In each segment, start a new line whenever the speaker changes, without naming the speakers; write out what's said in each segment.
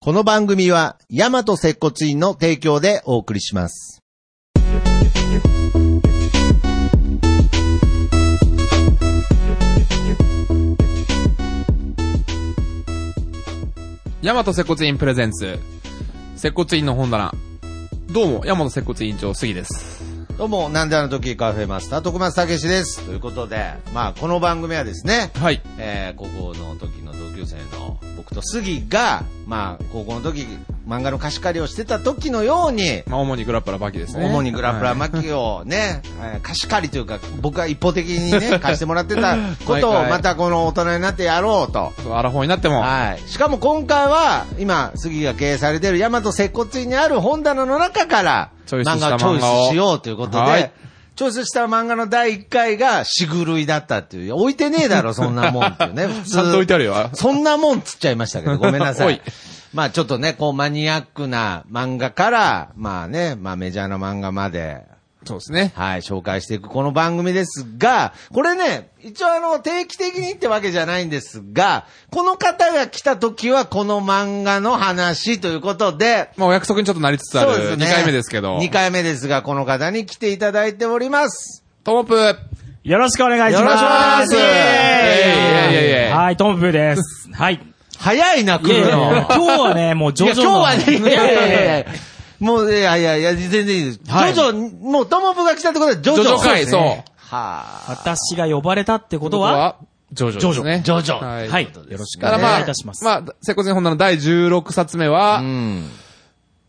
この番組は、ヤマト接骨院の提供でお送りします。
大和接骨院プレゼンツ。接骨院の本棚。どうも、大和接骨院長、杉です。
どうも、なんであの時カフェマスター、徳松武史です。ということで、まあ、この番組はですね、
はい。
えー、高校の時の同級生の僕と杉が、まあ、高校の時、漫画の貸し借りをしてた時のように、
まあ、主にグラップラバキですね。
主にグラフラ
はい
マキをね、えー貸し借りというか、僕は一方的にね、貸してもらってた こと
毎
を、
回
またこの大人になってやろうと。
そうアラフォーになっても、
はい。しかも今回は、今、杉が経営されている大和接骨院にある本棚の中から、
チョイスし
漫画
た
をチョ
漫画
イ
を
スしようということ
は
で
い、
チョイスした漫画の第1回が、しぐるいだったっていう。置いてねえ だろ、そんなもんっていうね。普通
ちゃんと置いてあるよ。
そんなもんつっちゃいましたけど、ごめんなさ
お
い
い。
まあちょっとね、こうマニアックな漫画から、まあね、まあメジャーな漫画まで、
そうですね。
はい、紹介していくこの番組ですが、これね、一応あの、定期的にってわけじゃないんですが、この方が来た時はこの漫画の話ということで、
まあ、お約束にちょっとなりつつある、2回目ですけど。
2回目ですが、この方に来ていただいております。
トモプー
よろしくお願いしま
よ
す。
ろしくお願いします
イエーイ
イエーイイエーイイエーイ
はい、トムプーです。はい。
早いな、来
いやい
る
や
の。
今日はね、もうジ
い
ョ
や、
ジ
今
ョ
日
の。
はね、いやいやいやい
え
やもう、いやいやいや、全然いいです。ジ
は
ョ
い
ジョ、もう、トモブが来たってことで、ジョジョ。
ジョジョ会
ですね
そう
え
は
私が呼ばれたってこと
僕
は、
は、ジョジョですね。
ジョジョジョジョ
はい。
はい。
だ
よろしくお
からま
願い
あ
いたしま、す。
まあ、接骨院本棚の第16冊目
あ。う
は、
ん。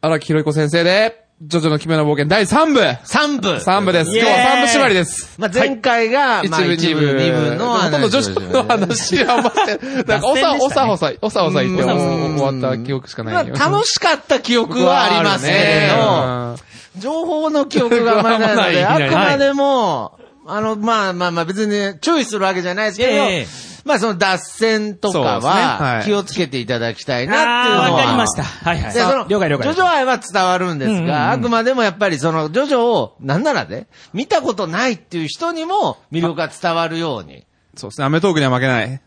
荒木宏彦先生で、ジョジョの奇妙な冒険第3部
3部。
!3 部です。
イエー
今
イ
日は3部縛りです。
まあ、前回が、
一
まあ、
部、
一
二
部、
部、
二部の
ほ
話。
とんど女子 の話はまって、なんか、おさ、おさほさ、おさほさ言って
うん
終わった記憶しか
ま
な
あ
いよ。
楽しかった記憶はありますけれど、情報の記憶があんまりないので、
あ
あ
んまない
くまでも、あの、まあまあまあ別にね、注意するわけじゃないです
いやいや
け
いや
ど、まあその脱線とか
そうですねは
はい気をつけていただきたいなっていうのは。
あーわかりました。はいはい。
で、そ
さ
の、
あ了解了解
ジョジ。ョ愛は伝わるんですが、
うんうんうん
あくまでもやっぱりその、ジョジョを、なんならね、見たことないっていう人にも魅力が伝わるように。
そうですね、アメトークには負けない。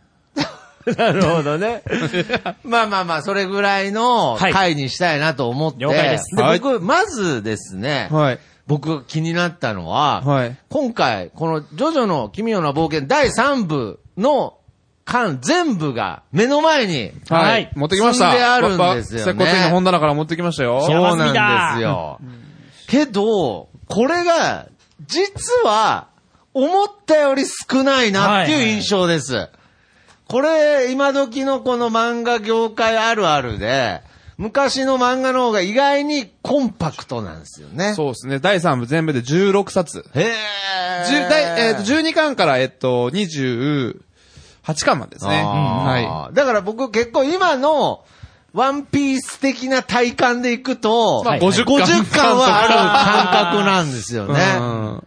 なるほどね。 まあまあまあ、それぐらいの
はい
回にしたいなと思って。
了解です
はい
僕、まずですね、
はい。
僕気になったのは、
はい
今回、このジョジョの奇妙な冒険第3部の巻全部が目の前に、
はい
持ってきました。
積んであるんですよね
接骨院の本棚から持ってきましたよ。
そうなんですよ。けど、これが、実は、思ったより少ないなっていう印象です。これ、今時のこの漫画業界あるあるで、昔の漫画の方が意外にコンパクトなんですよね。
そうですね、第3部全部で16冊。
へ
じゅ
ー。
第えーと12巻から、えっと、28巻までですね。はい。
あーだから僕結構今の、ワンピース的な体感でいくと、
まあ50巻
50巻はある感覚なんですよね。
うん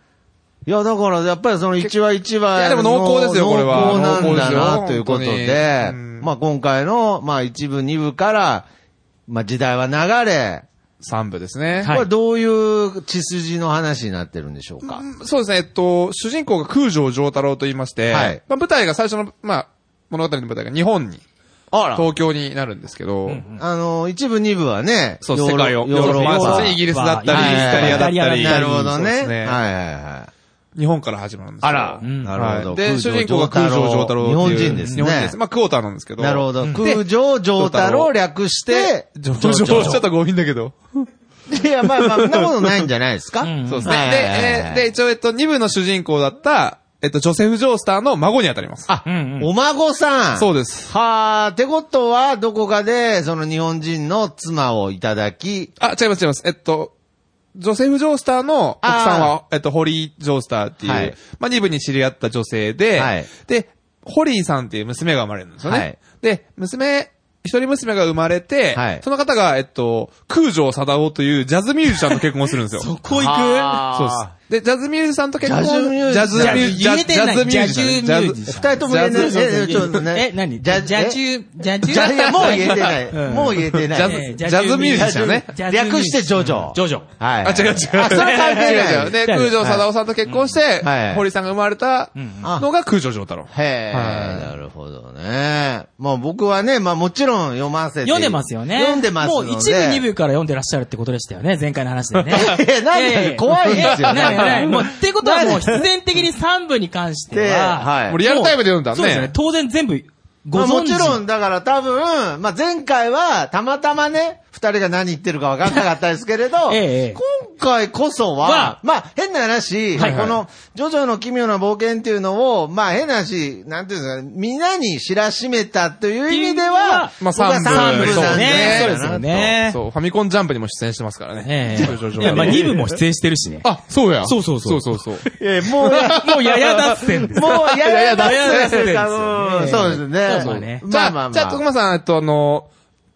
いや、だから、やっぱりその一話一話。
いやでも濃厚ですよこれは
濃厚なんだ
濃厚です
な、
よ
ということで
本、当にうん
まあ今回の、まあ一部二部から、まあ時代は流れ、
3部ですね。
はい
これどういう血筋の話になってるんでしょうか。
そうですね、えっと、主人公が空城城太郎と言いまして、
はい
まあ、舞台が最初の、まあ、物語の舞台が日本に、
あら。
東京になるんですけど、
あの、一部二部はね、
そう、
ヨー
世
ロ
界を、
ヨ
ヨ
ーロ
ーロ
ッ
ッ
パ
パ、
は
そうです
ヨーロッパ
ねイギリスだったり、
はい
イタリアだっ
は
た
い
り、
なるほど
そうで
ね。
す
はいはいはい。
日本から始まるんですけど。
あら、
うん
なるほど。
はいで、主人公が空城城太郎って
日
いう。
本人ですね。
日本人です。まあ、クォーターなんですけど。
なるほど。
で
空城城太郎略して、
城城城ちょっと強引だけど。
いや、まあまあ、そんなことないんじゃないですか。
うん
そうです
はいはいはいは
ね。
い
で、えーで、一応、えっと、2部の主人公だった、えっと、ジョセフ・ジョースターの孫に当たります。
あ、
うんうん
お孫さん。
そう
で
です。
はあ、ってことは、どこかで、その日本人の妻をいただき、
あ、違います、違います。えっと、ジョセフ・ジョースターの奥さんは、えっと、ホリー・ジョースターっていう、
はい
まあ、2部に知り合った女性で、
はい
で、ホリーさんっていう娘が生まれるんですよね。
はい
で、娘、一人娘が生まれて、
はい
その 方が、えっと、空城貞夫というジャズミュージシャンと結婚するんですよ。そ
こう行く
はあ
そうです。で、ジャズミュージシャンと結婚。
ジャズミュージシャン
ジャズミュージ
ジャズ
ジャズミュージシャンね
ジャズミュージシャン
ジャズ
二人とも言えない。え、ちょっとね。
え、何
ジ
ジ
ャ
ャ、
ズ
ジャチュー、ジャチュー。
ジャいやもう言えてない。
うん
もう言えてない。
ジャズ
ええ
ジャズミュージシャンね
ジャズミュージシャン
略してジョジョ。
ジョジョ。
はい。
あ、違う違う。
あ、それは関係
違う
な
違う
い。
で、
違う
空城貞夫さんと結婚して
はい、
堀さんが生まれたのが空城城太郎。
へえ、
はい
なるほどね。まあ僕はね、まあもちろん読ませて。
読んでますよね。
読んでますの
もう
で。
一部二部から読んでらっしゃるってことでしたよね、前回の話 でね。
え、なんで怖いですよね。
ないないもう、ってことはもう必然的に3部に関して
で、
は、
はい。
もうリアルタイムで読んだね。
そうですね、当然全部ご
まあ、も
存知。、
ちろん、だから多分、まあ、前回は、たまたまね、二人が何言ってるか分かんなかったですけれど
ええ
今回こそは、
は
まあ、変な話、
はいは
こ
い
の、ジョジョの奇妙な冒険っていうのを、まあ、変な話、なんていうんですかね、皆に知らしめたという意味では、
まあ、
僕は
三部。
三部なんじゃな
三
い
そう
か
で
な
す
と
よね
そう、ファミコンジャンプにも出演してますからね
え。え
空城城
いや、
太
まあ
郎。
2部も出演してるしね。
あ、そうや。
そうそうそう
そうそうそう。
ええもう、
もうやや脱線です。
もう、ややだ
やや
や
脱線です
だ
よね
そうですね。
そうそうね
じ
ま
ゃ
あ
あ、
まあまあ。
じゃあ、徳間さん、えっと、あの、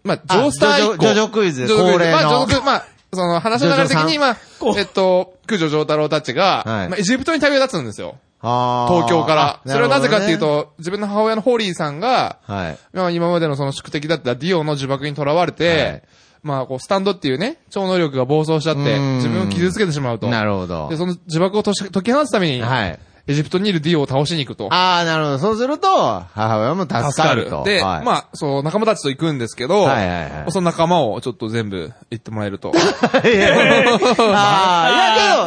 まあ、ジョースター
ジョジョ
以降。
ジョジョクイズ
ジョジョ
恒例の
まあ、ジョジョクまあ、その、話の流れ的
ジョジ
に、まあ、えっと、九条城太郎たちが、
はい
まあ、エジプトに旅立つんですよ。
あー
東京から。それはなぜかっていう、
る
と、自分の母親のホーリーさんが、
ほどねはい。
まあ、今までのその宿敵だったディオの呪縛に囚われて、
はい
まあ、こう、スタンドっていうね、超能力が暴走しちゃっ
う
て
ーん、
自分を傷つけてしまうと。
なるほど
で、。その呪縛をとし解き放つために、
はい。
エジプトにいるディオを倒しに行くと。
ああ、なるほど。そうすると、母親も助かると。
で、
はい、
まあ、そう、仲間たちと行くんですけど、
はいはいはい
その仲間をちょっと全部言ってもらえると。
あ、いや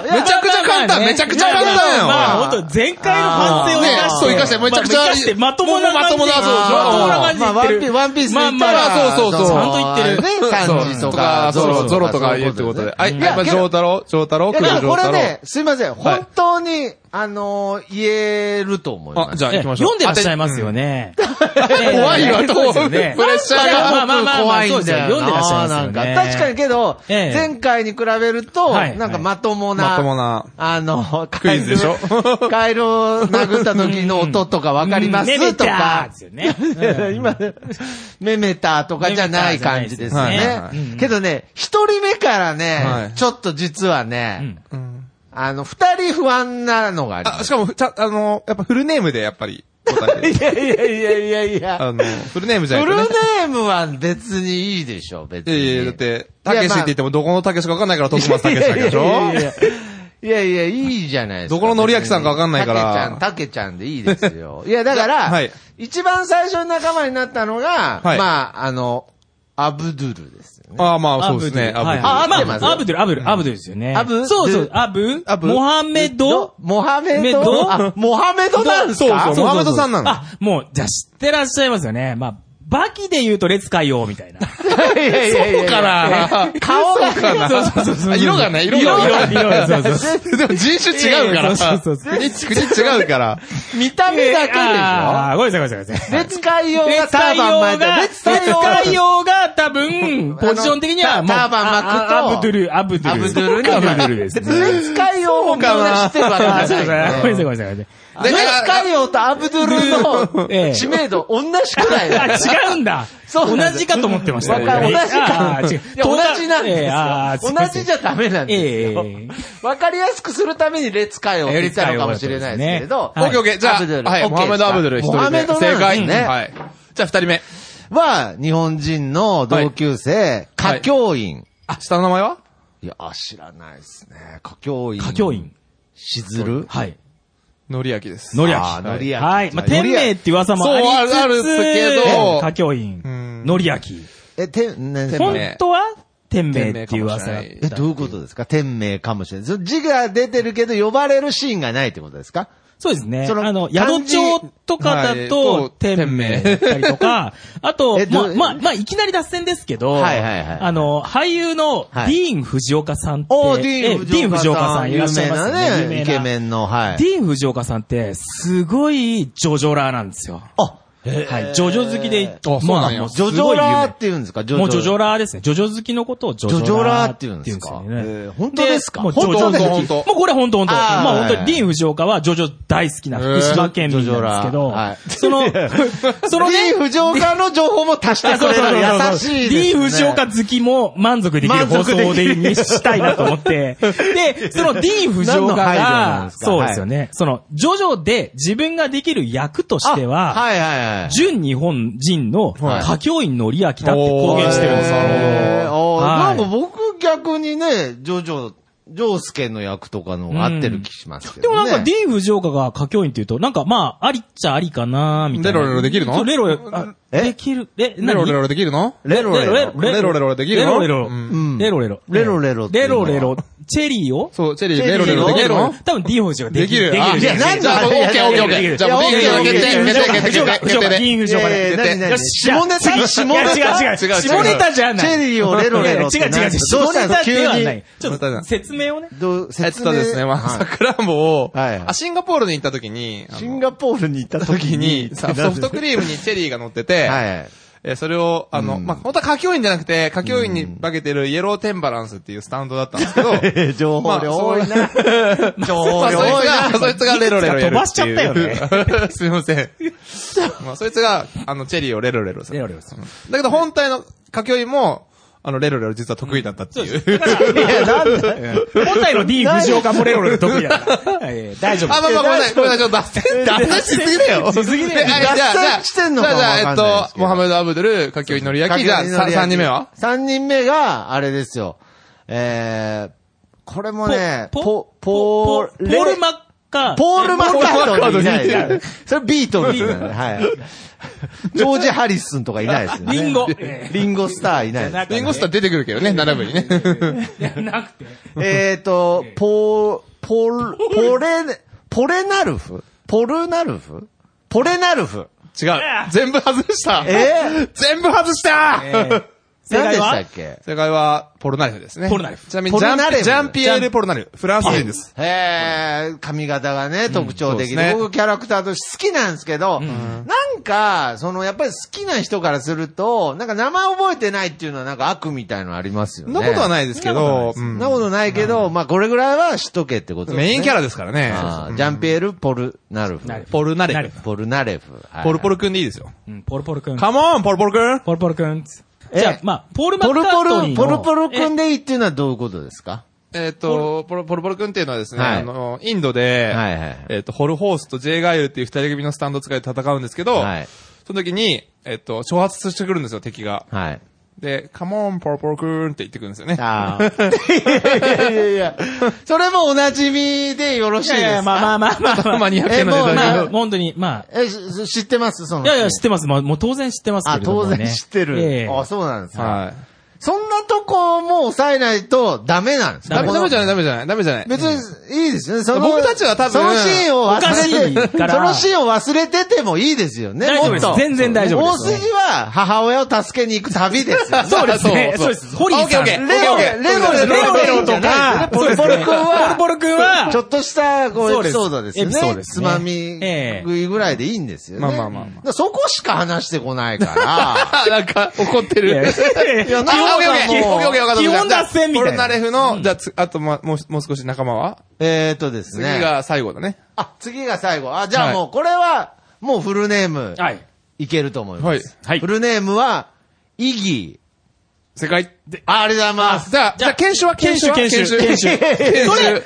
いや け ど、い
め
や
ちゃくちゃ簡単、めちゃくちゃ簡単よ。ほ
まあ、
ら
本当前回の反省を生かして。
ねそう生かしてめちゃくちゃ
まあ生かして、まともな感じ。
もうまともなそう
まともな感じ
ま
で
あ、
言
ワ
って
ン
る。
ピワンピース
ま
に行
あ
っ
ま
た
あ
ら、
まあそうそうそう
ちゃんと言ってる
ね、漢字とか、
ゾロ、ゾロとか言うって
そういう
ことで。
す
は
ね
い、
いや
やっぱ、ジョータロ、ジョータロ、
いや、だ
黒
から
ジョ
こ
ータ
れ
ロ。
ね、すいません。
はい
本当に、あのー、言えると思います。
あ、じゃあ行きましょう。
読んでらっしゃいますよね。
怖いわと思う
そうですよね
プレッシャーが
まあまあまあまあまあ、
怖い
そうんですよ
だよな。
読んでらっしゃいますよ
な
ね
ん。か確かにけど、
ええ
前回に比べると、
はい
なんかまともな、
まともな。
あの、
クイズでしょ
カエルを殴った時の音とかわかりま
うんうん
すとか
メメターで。すよね
今ね、メメターとかじゃない感じです
メメターじゃ
ね
ない
ですねはいはいは。い
けどね、一人目から
は
ね
い、
ちょっと実は
う
ね
ん、
うん
あの、二人不安なのがありま
あ、し
す。
かも、ちゃ、あの、やっぱフルネームで、やっぱり、答えて
いやいやいやいやい や。
あの、フルネームじ
フ
ゃないと
ル
ね
ネームは別にいいでしょ、別
い
に。
やいや、だって、たけしって言っても、どこのたけしかわかんないから、徳松た
い
けしだ
やいやい
けでしょ
やいやいやいや、いいじゃないですか。
どこの典明さんかわかんないから
たけちゃん、たけちゃんでいいですよ。いや、だから、
はい
一番最初に仲間になったのが、
はい
まあ、あの、アブドゥルですよね。
ああ、まあ、そうですね。
アブドゥルはい
あ
あ
ま
合ってます
あアブドゥル、アブドゥル、アブドゥルですよね。
アブ
そうそ
ドゥ
う、アブ、
アブ
モハメド、
モハメ
メ
ド
ド
あモハメドなんですか
そうそうモハメドさんなの
あ、もう、じゃあ知ってらっしゃいますよね。まあ、バキで言うと列海王みたいな。
いやいやいやいや
そうかな
顔が
そうかな
そうそうそうそう。
色がね、色が。
色が、色が、そう そう。
でも人種違うから。
ええそうそうそう
国国違うから。
見た目だけでしょ
あーごめんなさい、ごめんなさい。
熱海用が
熱
ター
海
バン
王
巻いて、
が、
熱海用
熱海王が多分、ポジション的に
あ
は
の
もう、
タターバン巻くと
ああアブドゥル、アブドゥ
ア
ル。
ブドゥルに。
アブドゥルですね。
熱海用も顔が知ってるわけ
あー
じ
そう
ゃ
そうご
ない。
めんなさい、ごめんなさい、ごめんなさい。
レスカリオとアブドゥル
え
の
え
知名度同じくらいだ
あ、
よ。
違うんだ。
そうなんです
同じかと思ってました。
わか同じか。
あー違う
いや同じなんです
えーあ
よ。
ー
同じじゃダメなんですよ
ええ。
わかりやすくするためにレッツカイオって言ったのかもしれないですけれど。
オッケーオッケー。じゃ
アブドゥル
あ、はい、
オッケ
モ
ー
ハメド・アブドゥル一人
モハメ
で。
ド
正解。
ね。
はい。じゃあ、二人目。
は、日本人の同級生、
はい
歌教員。
あ、下の名前はい
や、あ知らないですね。歌教員。
歌教。員。
しずる。
はい。
のりあきです。
のり
あ
あ
ーのり
き。
やき
はい。まあ、天命って噂もありつつ
そうあるあるっすけど
歌教員
ん。
のりあき。
え、て、ね、
天
本
命
当は天命っていう噂だっ
天
え、
た。
どういうことですか天命かもしれない。その字が出てるけど呼ばれるシーンがないってことですか
そうですね。
その
あの、
漢
宿
字
帳とかだ
は
と、
い天
天
命
命だったり とか、あと
え、ど
まあ、
う
まあ、まあ、いきなり脱線ですけど、
はいはいはい
あの、俳優のデ
は
ィ
い
ーン・藤岡さんって、
お
え
ー、ディーン・
ディーン・
藤
藤
岡
岡
さ
さ
ん。
んいらっしゃいま
有
すよね。
名なね、
有
イ
名な
ケメンの、はい
デ。ィーン・藤岡さんって、すごい、ジョジョラーなんですよ。
あ、
はい。ジョジョ好きで、
そうなんや
まあも
ジョジ
す
ョ
ごい有名
ラーって言うんですかジ
もうジョジョ
ラ
ラーですね。ジョジョ好きのことをジョ
ジ
ジ
ョジョ
ョ
ラー
ラー
っ
ってて
言
言
うでかえ
うんんですすよね。
ー本当ですか
もうジ
本
ョジ
当
ョ
です
本当本当
もうこれ本当本当。
あー
まあ本当
はい
にディーン・フジオカはジョジョ大好きな福島県民なんですけど、
はい
そ の、その
リ
ね
ー、フ上官の情報も足して
あ
く
そう
れ
そうそう
る
そう
優しいです、ね。
リーフジオカ好きも満足できる放送
満足で
で
きる
にしたいなと 思って。で、そのディーフジ
何
オ
の
カ
配慮なんで
が、
すか
そうですよね。その、ジョジョで自分ができる役としては、
あはいはいはい。
純日本人の
はい
歌教員のりあきだって公言してるんですよ。
へーおー
はい
なんか僕逆にね、ジョジョ、ジョースケの役とかの方が合ってる気しますけ
で
ど、
も
ね
なんか、ディーン・フジオカが歌教員っていうと、なんかまあ、ありっちゃありかなみたいな。
レロレロできるの
そうレロレロ、あ
え
できる。え、
レロレロできるの
レロレロ。
レロレ
レ
ロ
ロレロできる
レ
の
ロレロ
う。
ん
レロレロ。
レロレロってい
レ
うのは
ロレロ。チェリーを
そう、チェリー、
チェリー
レロレロできるの
多分 D 法師ができ
で
る。
きるあ
できる。
いや
なんだ
じゃあもうオッケーオッケーオッケー。じゃあもう D
いや
が
いやい
決
や
定、
いや
決定、決定、決定、決定。
銀
え
不条
ー、何何
よし
下ネタ下ネ
いや
タ
違う違う
違う違う
下ネタじゃない。
チェリーをレロレロって
いや違う違う違う。
どうした
下ネ
の
タではない。
急
ちょ
に
っと説明をね。
どう
えっ
説明
とですね、まあ、
はい
桜んぼを、
はい
あ、シンガポールに行った時に、あの
シンガポールに行った時
時
に
に、、さソフトクリームにチェリーが乗って
は
て、
い。
えーそれを、あの、
うん
まあ、本当は歌教員じゃなくて、歌教員に化けてるイエローテンバランスっていうスタンドだったんですけど、
えー 情報量多い な。
まあ
情
ま
報
あ、
量
そい
多い
つが、そいつがレロレロやるっていう。
飛ばしちゃ
ったよね。 すいません。まあ、そいつが、あの、チェリーをレロレロする。
レロレロする
うんだけど、本体の歌教員も、あの、レロレロ実は得意だったっていう。
な。いや、なんだよ。
本体の D 藤岡もレロレロ得意だからいやいや。大丈夫。
あ、まあまあ、ごめんなさい。ごめんなさい。ちょっと脱線、脱線しすぎだよ。
しすぎだよ
ではいじゃあ、じゃ
脱
あ、
線してんのか
じゃあ、
わかん
じゃ
ない
あ
で
え
す
っ
け
と、
ど
モハメド・アブドゥル、歌教員のりやき、じゃあ、さ三人目は
?3 人目が、あれですよ。えー、これもね、
ポ
ポ、
ポ
ポ
ポール・マッカー。
ポール・マッカートンいない
ポールマッカートンいない
ですそれビートルズなんで、 はい。ジョージ・ハリスンとかいないですよね。
リンゴ。
リンゴスターいない
じゃ
で
な
す。
く
リンゴスター出てくるけどね、並ぶ にね。
なくて。
えーと、ポ、ポル、ポレ、ポレナルフポルナルフポレナルフ。
違う。全部外した。
え
全部外した、
正
何で
解
した
は
っけ
正解は、ポルナレフですね。
ポルナレフ
ちなみにジ
ポルナレ
ャ
フ
ン、ジャンピエール・ポルナレフ。フランス人です。
えー、髪型がね、特徴的
そうです
で、
ね
僕キャラクターとして好きなんですけど、なんか、その、やっぱり好きな人からすると、なんか名前覚えてないっていうのはなんか悪みたいのありますよ
そ
ね。
んなことはないですけど、
そんなことないけど、まあこれぐらいは知っとけってことで
うん
すね。
メインキャ
ラ。
ラですからね。
ジャンピエール・ポル・ナルフ。
なる
ポルナレ
な
フ
る。
ポル・ナレフ。はい
ポルポル君でいいですよ。
うんポルポルくん。
カモン、ポルポル君
ポルポルくん。じ
え
ゃあ、まあ、ポール・マ
ポ
ッ
ル
カ
ポ
ートニ
ル、
ー
ポル
の
ポル君でいいっていうのはどういうことですか
えっと、ポルポルポル君っていうのはですね、
はい
あの、インドで、
はいはい
えっと、ホルホースとジェイガイルっていう二人組のスタンド使いで戦うんですけど、
はい
その時に、えっと、挑発してくるんですよ、敵が。
はい。
で、カモン、ポルポル君って言ってくるんですよね。
ああ。いやいやいや。それもお馴染みでよろしい
いやい
です
や、
か
まあまあまあまあまあ。
マニアックな
えもう
ネタ
まあ、
だけど。
本当に、まあ、
え、し知ってますその
い
人。
やいや、知ってます。まあ、もう当然知ってますけ
あ、
れども
当
ね。
然知って
ええ
る。あ、そうなんですか。
はい。
そんなとこも抑えないとダメなんですか
ダメ、
この
ダメじゃない、ダメじゃない、ダメじゃない。
別に、いいですよね。その
僕たちは多分
そのシーンを忘れ、
おかしていから
そのシーンを忘れててもいいですよね。
大丈夫です
もっと
全然大丈夫です
大筋は母親を助けに行く旅ですよ。
そうですね。
そ
そう
で
うですす。ホリーさん。
オッケ
レ
ーオ
オ、
ッ
レオ、レロ、
レ
レ
ロ
ロ
と
とか
か、、
ポルポル君は、
ポルポル君は、
ちょっとした、こう、
そう
エ
で
ピ
す
ソードですよ
エピソード
ね。
です
つ
ね
まみ
ええ
食いぐらいでいいんですよね。
まあまあまあまあ
だからそこしか話してこない から。
あ なんか、怒ってる。
いや
あ、オッケーオッケーオッケーオッケーわかった
基本脱線みた
じゃあポ
いな
ルナレフの、じゃあ、つあと、ま、もう、もう少し仲間は
えーっとです
次
ね。
が最後だね。
あ、次が最後。あ、じゃ
は
あ
い
もう、これは、もうフルネーム、
はい。
いけると思います。
はい
はい
フルネームは、イギ
世界。
ー。あありがとうございます。
じゃあ、じゃあ、研修は
研修、研修、研
研
修。
修。
これ、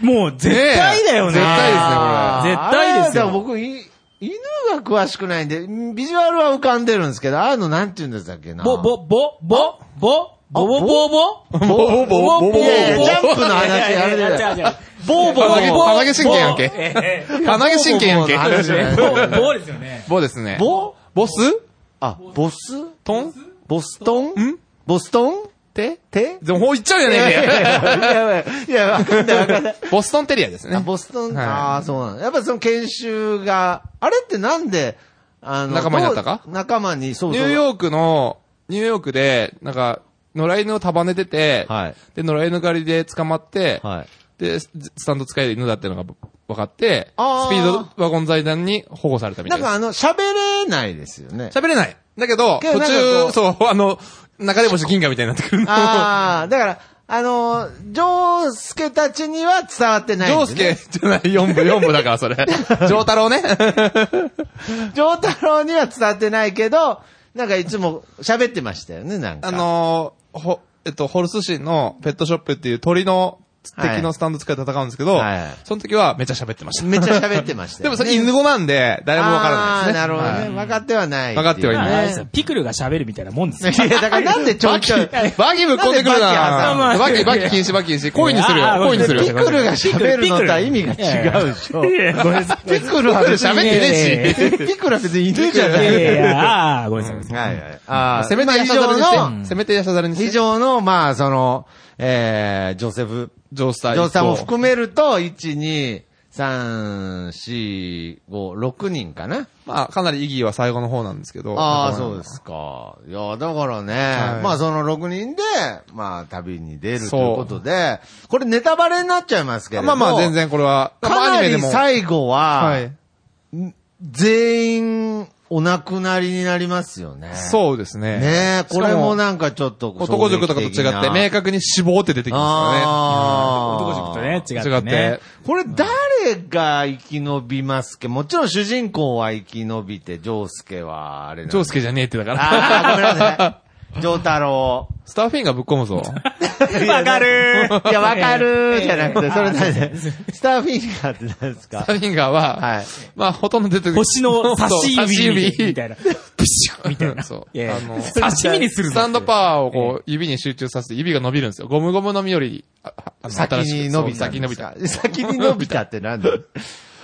もう絶対だよ
ねえ絶対ですねこれ
ね。絶対です
あれは
よ。
僕、い犬が詳しくないんで、んビジュアルは浮かんでるんですけど、ああいうのなんて言うんですたっけな。
ぼ、ぼ、ぼ、ぼ、ぼ、ぼぼ
ボボ
ぼぼ
ボボボボボボ
いやいやジャンプの話
いや
や
いやいや
めてください
違う違うぼぼ
鼻毛
ぼ
鼻毛神経やんけ
ぼええ
鼻毛神経やんけ。
ボボボボの話じゃない
ぼ、ぼですよね。
ボですね。
ボ
ボス
あ、ボス
トン
ボストン
ん
ボストン
テ
て
でも、もういっちゃうじゃ
い
ねえかよ。
やいやいや、わかんないわかんない。
ボストンテリアですね
あ。ボストン、
はい
ああ、そうなの。やっぱその研修が、あれってなんで、あの、
仲間になったか
どう仲間に、そう
ニ
そう。
ューヨークの、ニューヨークで、なんか、野良犬を束ねてて、
はい
で、野良犬狩りで捕まって、
はい。
で、ススタンド使える犬だっていうのが分かって、
あー
スピードワゴン財団に保護されたみた
ないん
です
か。あの、喋れないですよね。
喋れない。だけど、
けど
途
なんかこ
中、
う
そう、あの、中で星銀河みたいになってくるの。
ああ、だから、あのー、ジョースケたちには伝わ ってない
ジョ
ん
ー
です
ス
ね、
ケじゃない、4部、4部だか ら、それ。ジョー太郎ね。
ジョー太郎には伝わってないけど、なんかいつも喋ってましたよね、なんか。
あのー、ほ、えっと、ホルス市のペットショップっていう鳥の敵のスタンド使い戦うんですけど、
はいはい
その時はめっちゃ喋ってました。
めっちゃ喋ってました
で
よ
も
ね、
それ犬語なんで、誰もわからないですね。
あーなるほどね。
はい
分かってはない
分かってはいない
まああれ
ね
ですよピクルが喋るみたいなもんですよ。
いや、だからなんでちょいちょい。
バキぶっこんでくる
な
な
ん
バキ、
でバキ挟む
バキ禁止、バキ禁止。恋にするよ
あ。ー
恋にするよ。
ピクルが喋るのとは意味
ピ
が違うでしょ。ピ
ごめんなさい。
クルは別に
喋ってねえし。
ピクルは別に犬じゃ
い
な
やいやい
い。
や、あーごめんなさい。
はいはい。ああ、
せめて
まあ
ヤ
以
シャザル
上
にして
の、
せめてヤシャザルに
以
して。
上の、まあ、その、えー、ジョセフ、
ジョースタ
ジ
ー。
ョーさんも含めると、1、2、3、4、5、6人かな。
まあ、かなり意義は最後の方なんですけど。
ああ、
仲間
そう
の
ですか。いや、だからね、
い
まあその6人で、まあ旅に出る
そう
ということで、これネタバレになっちゃいますけれど
まあまあ、全。然これは、
か
まあア
な
ニメ
り
でも。
最後は、
はい。
全員お亡くなりになりますよね。
そうです
う
ね。
ねえ、これもなんかちょっと
男塾とかと違って、明確に死亡って出てきますか
あー
男塾とね、違
ら
っ
ね。違
て
って
ね。。
これ誰が生き延びますっけもちろん主人公は生き延びて、ジョースケはあれなん
ジョー
ス
スケじゃねえってだから。
ああ、ごめんなさい。ジョー太 郎。
スターフィンがぶっ込むぞ。
わかる
いや、わかるーじゃなくて、それ何 でスターフィンガーって何です
ス
か
ターフィンガーは、
はい。
まあ、ほとんど出てくる。
星の差し
そう差し
指
指
みたいな。プシュッみたいな。
そう
いやいや
あの
刺身にする
ス
ぞ
タンドパワーをこう、指に集中させて指が伸びるんですよ。ゴムゴムの実より、ああの
先に伸びた。
新 しくそう先に伸びた。。
先に伸びたって何だ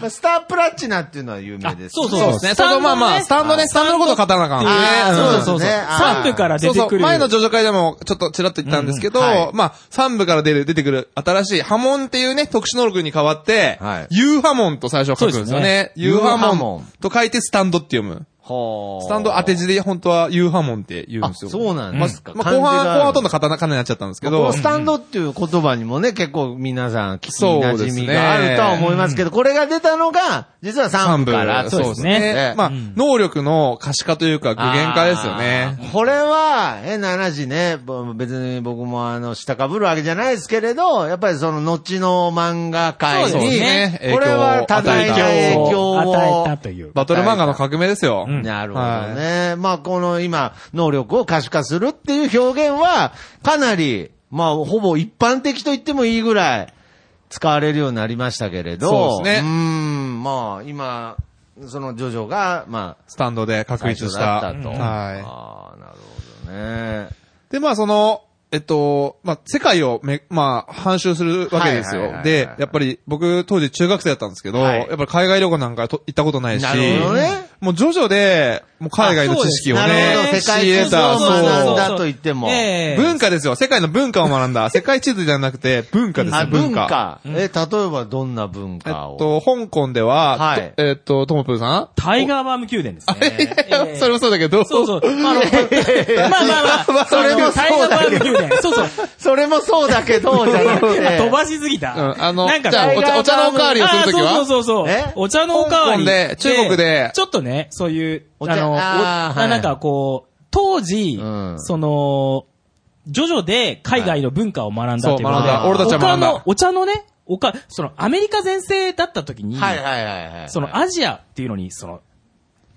まあスタープラチナっていうのは有名です。
そう
そうですね。そこまあまあ、スタンドね、スタンドのことを語らなあかん。
あー
そう
そ
そうう
で
そ
す
う。
ね
3部から出
そう
て
そ
く
う。
る。
前の上場会でも、ちょっとちらっと言ったんですけど、
うんはい
まあ、3部から出る、出てくる、新しい波紋っていうね、特殊能力に変わって、
はい
ユーハモンと最初は書くんですよ
そうで
ね。ユーハ
ユーハ
モ
モ
ンと書いてスタンドって読む。
ほー
スタンド当て字で本当はユーハモンって言うん
あ、
ですよ。
そうなんですか。
まあ、後半、後半はほとん
ど。
どカタカナになっちゃったんですけ
この
ど、
スタンドっていう言葉にもね、結構皆さん聞き馴染みがあるとは思いますけど、これが出たのが、実は3
三
部
部
から。
そうですね
ね
まあ、
うん
能力の可視化というか具現化ですよね。
あー。これは、変な話ね、ぼ別に僕もあの、下かぶるわけじゃないですけれど、やっぱりその後の漫画界
そうで
に、
すね
これは多大な影響
与
を
えた。という。
バトル漫画の革命ですよ。
うん
なるほどね。まあ、この今、能力を可視化するっていう表現は、かなり、まあ、ほぼ一般的と言ってもいいぐらい、使われるようになりましたけれど、
そうです
ー
ね
ん、まあ、今、そのジョジョが、まあ、
スタンドで確
最
立
初
し
だ
た。
ったと。
は
ああ、なるほどね。
い。で、まあその、えっと、まあ、世界をめ、まあ、半周するわけで
は
す
いはいはいは
よ。
い
で、やっぱり僕当時中学生だったんですけど、
はい
やっぱり海外旅行なんかと行ったことないし、
なるほどね
もう徐々で、もう海外の知識をね、
なるほど、世
仕入
界
れ
地図を
た、
学ん
そう。
だと言っても。
ええ
文化ですよ。世界の文化を学ん だ。世界地図じゃなくて、文化です
あ、
よ、
文化。え、例えばどんな文
えっ
化を、
と、香港では、
はい
とえっと、トモプーさん
タイガーバーム宮殿ですね。ええ
それもそうだけど、
そうそう。まああのまあまあまあ、
それもそうだけど
タイガーバーム宮殿。そうそう。
それもそうだけど、じゃなくて。
飛ばしすぎた。
うん、あの、
なんか
じゃあ
タイ
お
ガー
茶、お茶のおかわりをするときは
あーそうそうそうそう
え。
お茶のおかわ
香
り。
港で中国で
ちょっとね、そういう、
お茶
あの、お
あーはい
あなんかこう、当時
う、ん
その、ジョジョで海外の文化を学んだということ
そう
学ん
で
だ俺
たちは学んだ
他のお茶のね、おか、その、アメリカ全盛だった時に、
はいはいはいはい。
そのアジアっていうのに、その、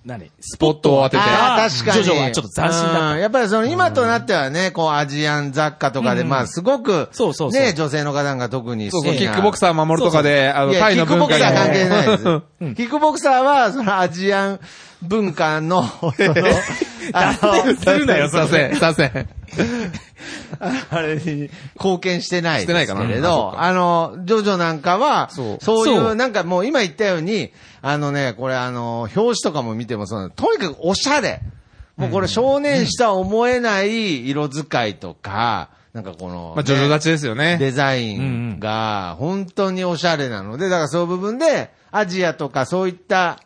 何ス
ポッ
ポッ
ト
ト
を
を
当
当
て
て
て
て。
ああ、確かに。
ジョジョはちょっと斬新だ
う
っ
んやっぱりその今となってはね、こうアジアン雑貨とかで、
うん
まあすごく、
そうそうそう
ね、女性の方が特に
そうそう、キックボクサー守るとかで、
ー
あの、
いや
タイの文化
キックボクサー関係
に。
ないです。キックボクサーは、そのアジアン文化 の、その、あの、
するな よ、そ
させ
れ。
ん、させん。
あれに貢献してない
してないかな
ですけれ
あそう
ど、
か
あの、ジョジョなんかは、
そう
そうい、
そうう
なんかもう今言ったように、あのね、これあの、表紙とかも見てもそうなんですとにかくおしゃれ。もうこれ少年しは思えない色使いとか、なんかこの、
まあ、ジョジョ
ね
立ちですよね。
デザインが本当におしゃれなので、だからそういう部分で、アジアとかそういった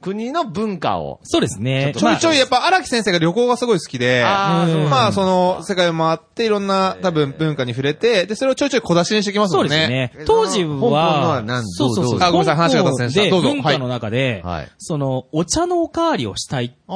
国の文化を。
そうですね。
ちょいちょい
ま
やっぱ荒木先生が旅行がすごい好きで、
あー
うん
まあその世界を回っていろんな多分文化に触れて、で、それをちょいちょい小出しにしてきま
あ
す
そ
も
うんですね
え。
当時
香港のは
は
何、
そうそう
ど
そうう。
どう
あごめんなさい話が脱線した
香港
どうぞ
で文化の中で
はい、
その、お茶のおかわりをしたいっ
あ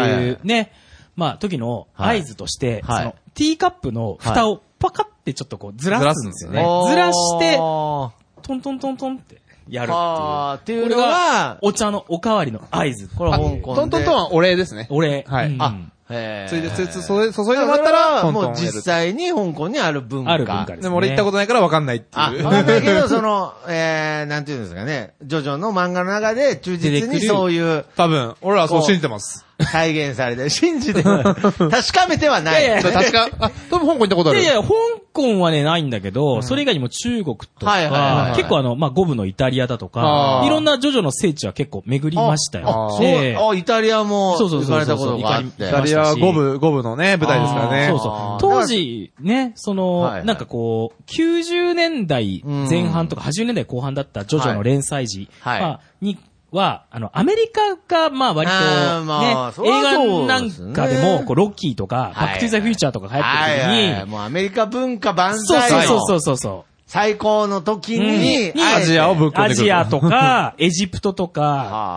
あ、
て
はいい。
うね、まあ、時の合図として、そ
はい
の、ティーカップの蓋をパカってちょっとこうずらすんですよね。
あー
ずらして、トントントントンってやるっていう。
あーってい
こ
う
れ
の
が
が、、
お茶のおかわりの合図。これ
あ
は、
香港で
トントントンはお礼ですね。
俺、
はい
うん
あ、へえ。
ついで、ついで、注いで
う。
注いでもらったら、
もう
トントン入れる
実際に香港にある文化。
ある文化ですね。
でも俺行ったことないから分かんないって
あ、
いう。
わかんないけど、その、えー、なんていうんですかね、ジョジョの漫画の中で忠実にそういう
多分、俺はそう信じてます。
再現されてる、信じて る。確かめてはない。
いやいや
確か、あ、多分香港行ったことある。
いやいや、香港はね、ないんだけど、それ以外にも中国と
はいはいはいは
か
い、
結構あの、まあ、五部のイタリアだとか
あ、ー
いろんなジョジョの聖地は結構巡りましたよ
あ。そう、
ええ
あ、イタリアも
そうそう
行か
そうそう
れたことがあっ
イ
て。
イタ
タ
リ
リ
ア
ア
五部、五部のね、舞台ですからね。
そうそ
あー
う。当時、ね、そ
は
の、
い
なんかこう、90年代前半とか80年代後半だったジョジョの連載時
はい
まあには、あの、アメリカが、まあ割
あーまあ
と、
そり
ね、
ゃ
映
そう
画な
で
ん
すね
かでも、こうロッキーと
は
か、
い
バックトゥーザフューチャーとか流行
はいはい
って
は
る
い。
時に、
もうアメリカ文化万
そう
歳の
そうそうそうそう。
最高の時に、
うん
あえて
アジアをぶっ込ん
ア
でくる。
ジアとか、エジプトと
は
か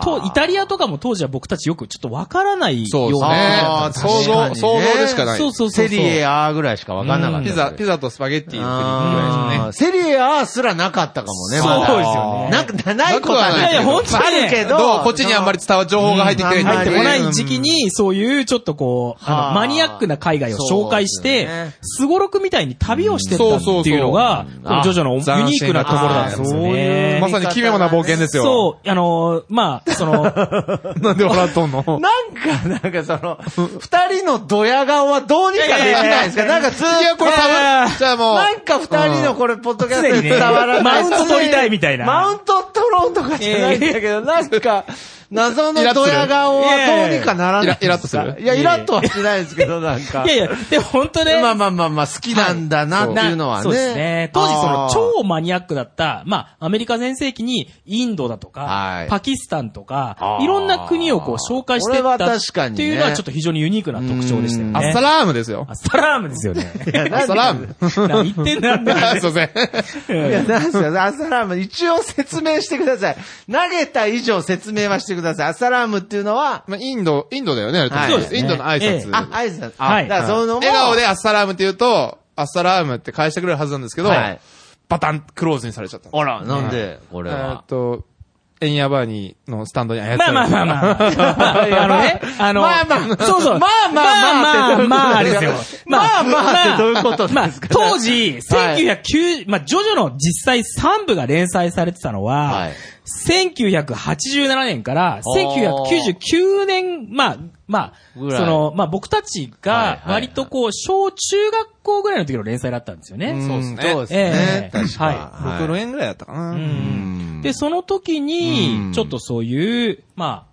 あ、
と、イタリアとかも当時は僕たちよくちょっとわからないよ
そう
う
ですね
な。
あー
想
確か
像、
にね
想像でしかない。
そうそうそうそう。
セリエアぐらいしかわかんなかった。
ピザ、ピザとスパゲッティの国ぐらいですよ
あー
ね。
セリエアすらなかったかもね、
そう
まだ
そうですよね
なく、なないことはないい。
やいや本当にね
あるけど、
どうこっちにあんまり伝わる情報が入ってきて
うん
な
入
い
っ
と
て
いう
こない時期に、そういうちょっとこう、
はあ
あの、マニアックな海外を紹介し
そうです
て
ね、
スゴロクみたいに旅をしてったっていうのが
そうそうそう、
このジョジョのユニークなところだったんですよ
あー
ね
ま。さに奇妙な冒険ですよ。
そう、あのー、まあ、そ の、
う。なんで笑っとんのい
なんか、なんかその、二人のドヤ顔はどうにかできないですかなんかずっと。
や、これ多分、じゃあもう。
なんか二人のこれ、ポッドキャスト
常
に
にね
伝わらない。
マウント取りたいみたいな
マウント取ろうとかじゃないん だけど、なんか、謎のドヤ顔はどうにかならないですか。
イラッとする
いや、イラッとはしないですけど、なんか。
いやいや、で、本当ね、
まあまあまあまあ、好きなんだなっていうのはね。
そうですね。当時そ
あ
の
ー
超マニアックだった、まあ、アメリカ全盛期にインドだと
は
か
い、
パキスタンとか
あ、ー
いろんな国をこう紹介し
こ
てい
れ
っ
は
たっ
確かにね
ていうのはちょっと非常にユニークな特徴でしたよ
うん
ね。
アッサラームですよ。
アッサラームですよね。
いやなんで
アッサラーム。
何言ってんだって
あ すいません。
いや、なんですよ。アサラーム、一応説明してください。投げた以上説明はしてください。アサラームっていうのは、
まあ、インド、インドだよね、あれ多分
はいそうです
ね
インドの挨
ええ
拶。
あ、アイスなんです。あ、
はい
だからそのも
笑顔でアッサラームって言うと、アッサラームって返してくれるはずなんですけど、
はい
バタンクローズにされちゃった。
あら、なんで、こ
え
れ
ーっ
は。
と、エンヤバーニーのスタンドに操られ
まあまあまあまあま あ。あのね、あの、
まあまあ
そうそう。
まあまあまあ
まあまあまあ
って
です
どういうこと
よ
です。まあまあってどういうことですか
まあ当時、1990、まあ、ジョジョの実際3部が連載されてたのは、
はい
1987年から1999年、まあ、まあ、そ
ぐらい
の、まあ僕たち
はい
が
はい
割とこう、小中学校ぐらいの時の連載だったんですよね。
そうですね
そうですね。
ええ
確か
はい
6、6円ぐらいだったかな。
うん
で、その時
うん
に、ちょっとそういう、ま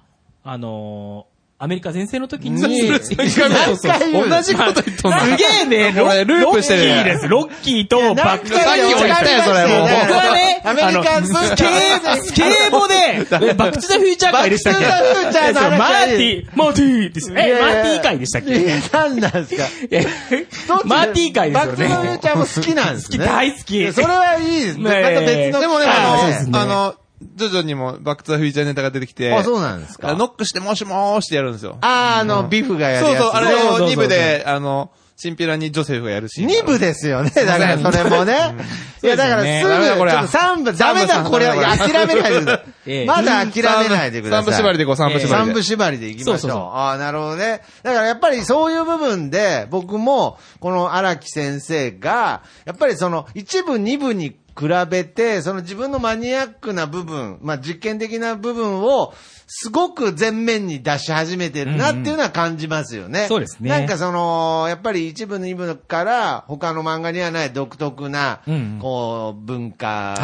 あ、あのーアメリカ全盛の時に、
それ
そう
それ何回言う
同じこと言っとんな
すげえね、ロ
これ
ッ
ループしてる
ロッキ
ね
ーです。ロッキーとバック
いや
さっき俺言ったよ、それもう。
僕はね、
アメリカンス
あのスケ ー、スケーボで、バックトゥザフューチャー会でしたっけ
バックトゥザフューチャーの話
マーティー、マーティーです
いやい
え、
や
マーティー会でしたっ
い
け
や、なんなんですか。どっちで
マーティー会です
バ
よ
ックトゥザフュ
ね
ー。チャーも好きなんですね。
好き大好き
いやそれはいいですね。
ねえ
また別の。
でもね、
そう
あ
です
の、
ね
あの、徐々にもバックトゥザフューチャーネタが出てきて、
あ、そうなんですか。
ノックしてもしもーしてやるんですよ。
あー、あの、ビフがやる
そう
やつ。
そう、あれ
そうそうそう
を2部で、あの、チンピラにジョセフがやるし。
二部ですよね。だからそれもね。いや、だからすぐ、
ダメ
ち
だこれ
ょっと三部、ダメだ、
三部
これは
三部
いや諦めないでく ださ
え
い。
え
まだ諦めないでください。
三部縛りでいこう、三部縛りで。
三部縛りでいきましょう。
そうそうそう
ああ、なるほどね。だからやっぱりそういう部分で、僕も、この荒木先生が、やっぱりその、一部、二部に比べて、その自分のマニアックな部分、まあ実験的な部分を、すごく前面に出し始めてるなっていうのは感じますよね。
そうですね
なんかその、やっぱり一部、二部から、他の漫画にはない独特な、
うんうん
こう、文
はい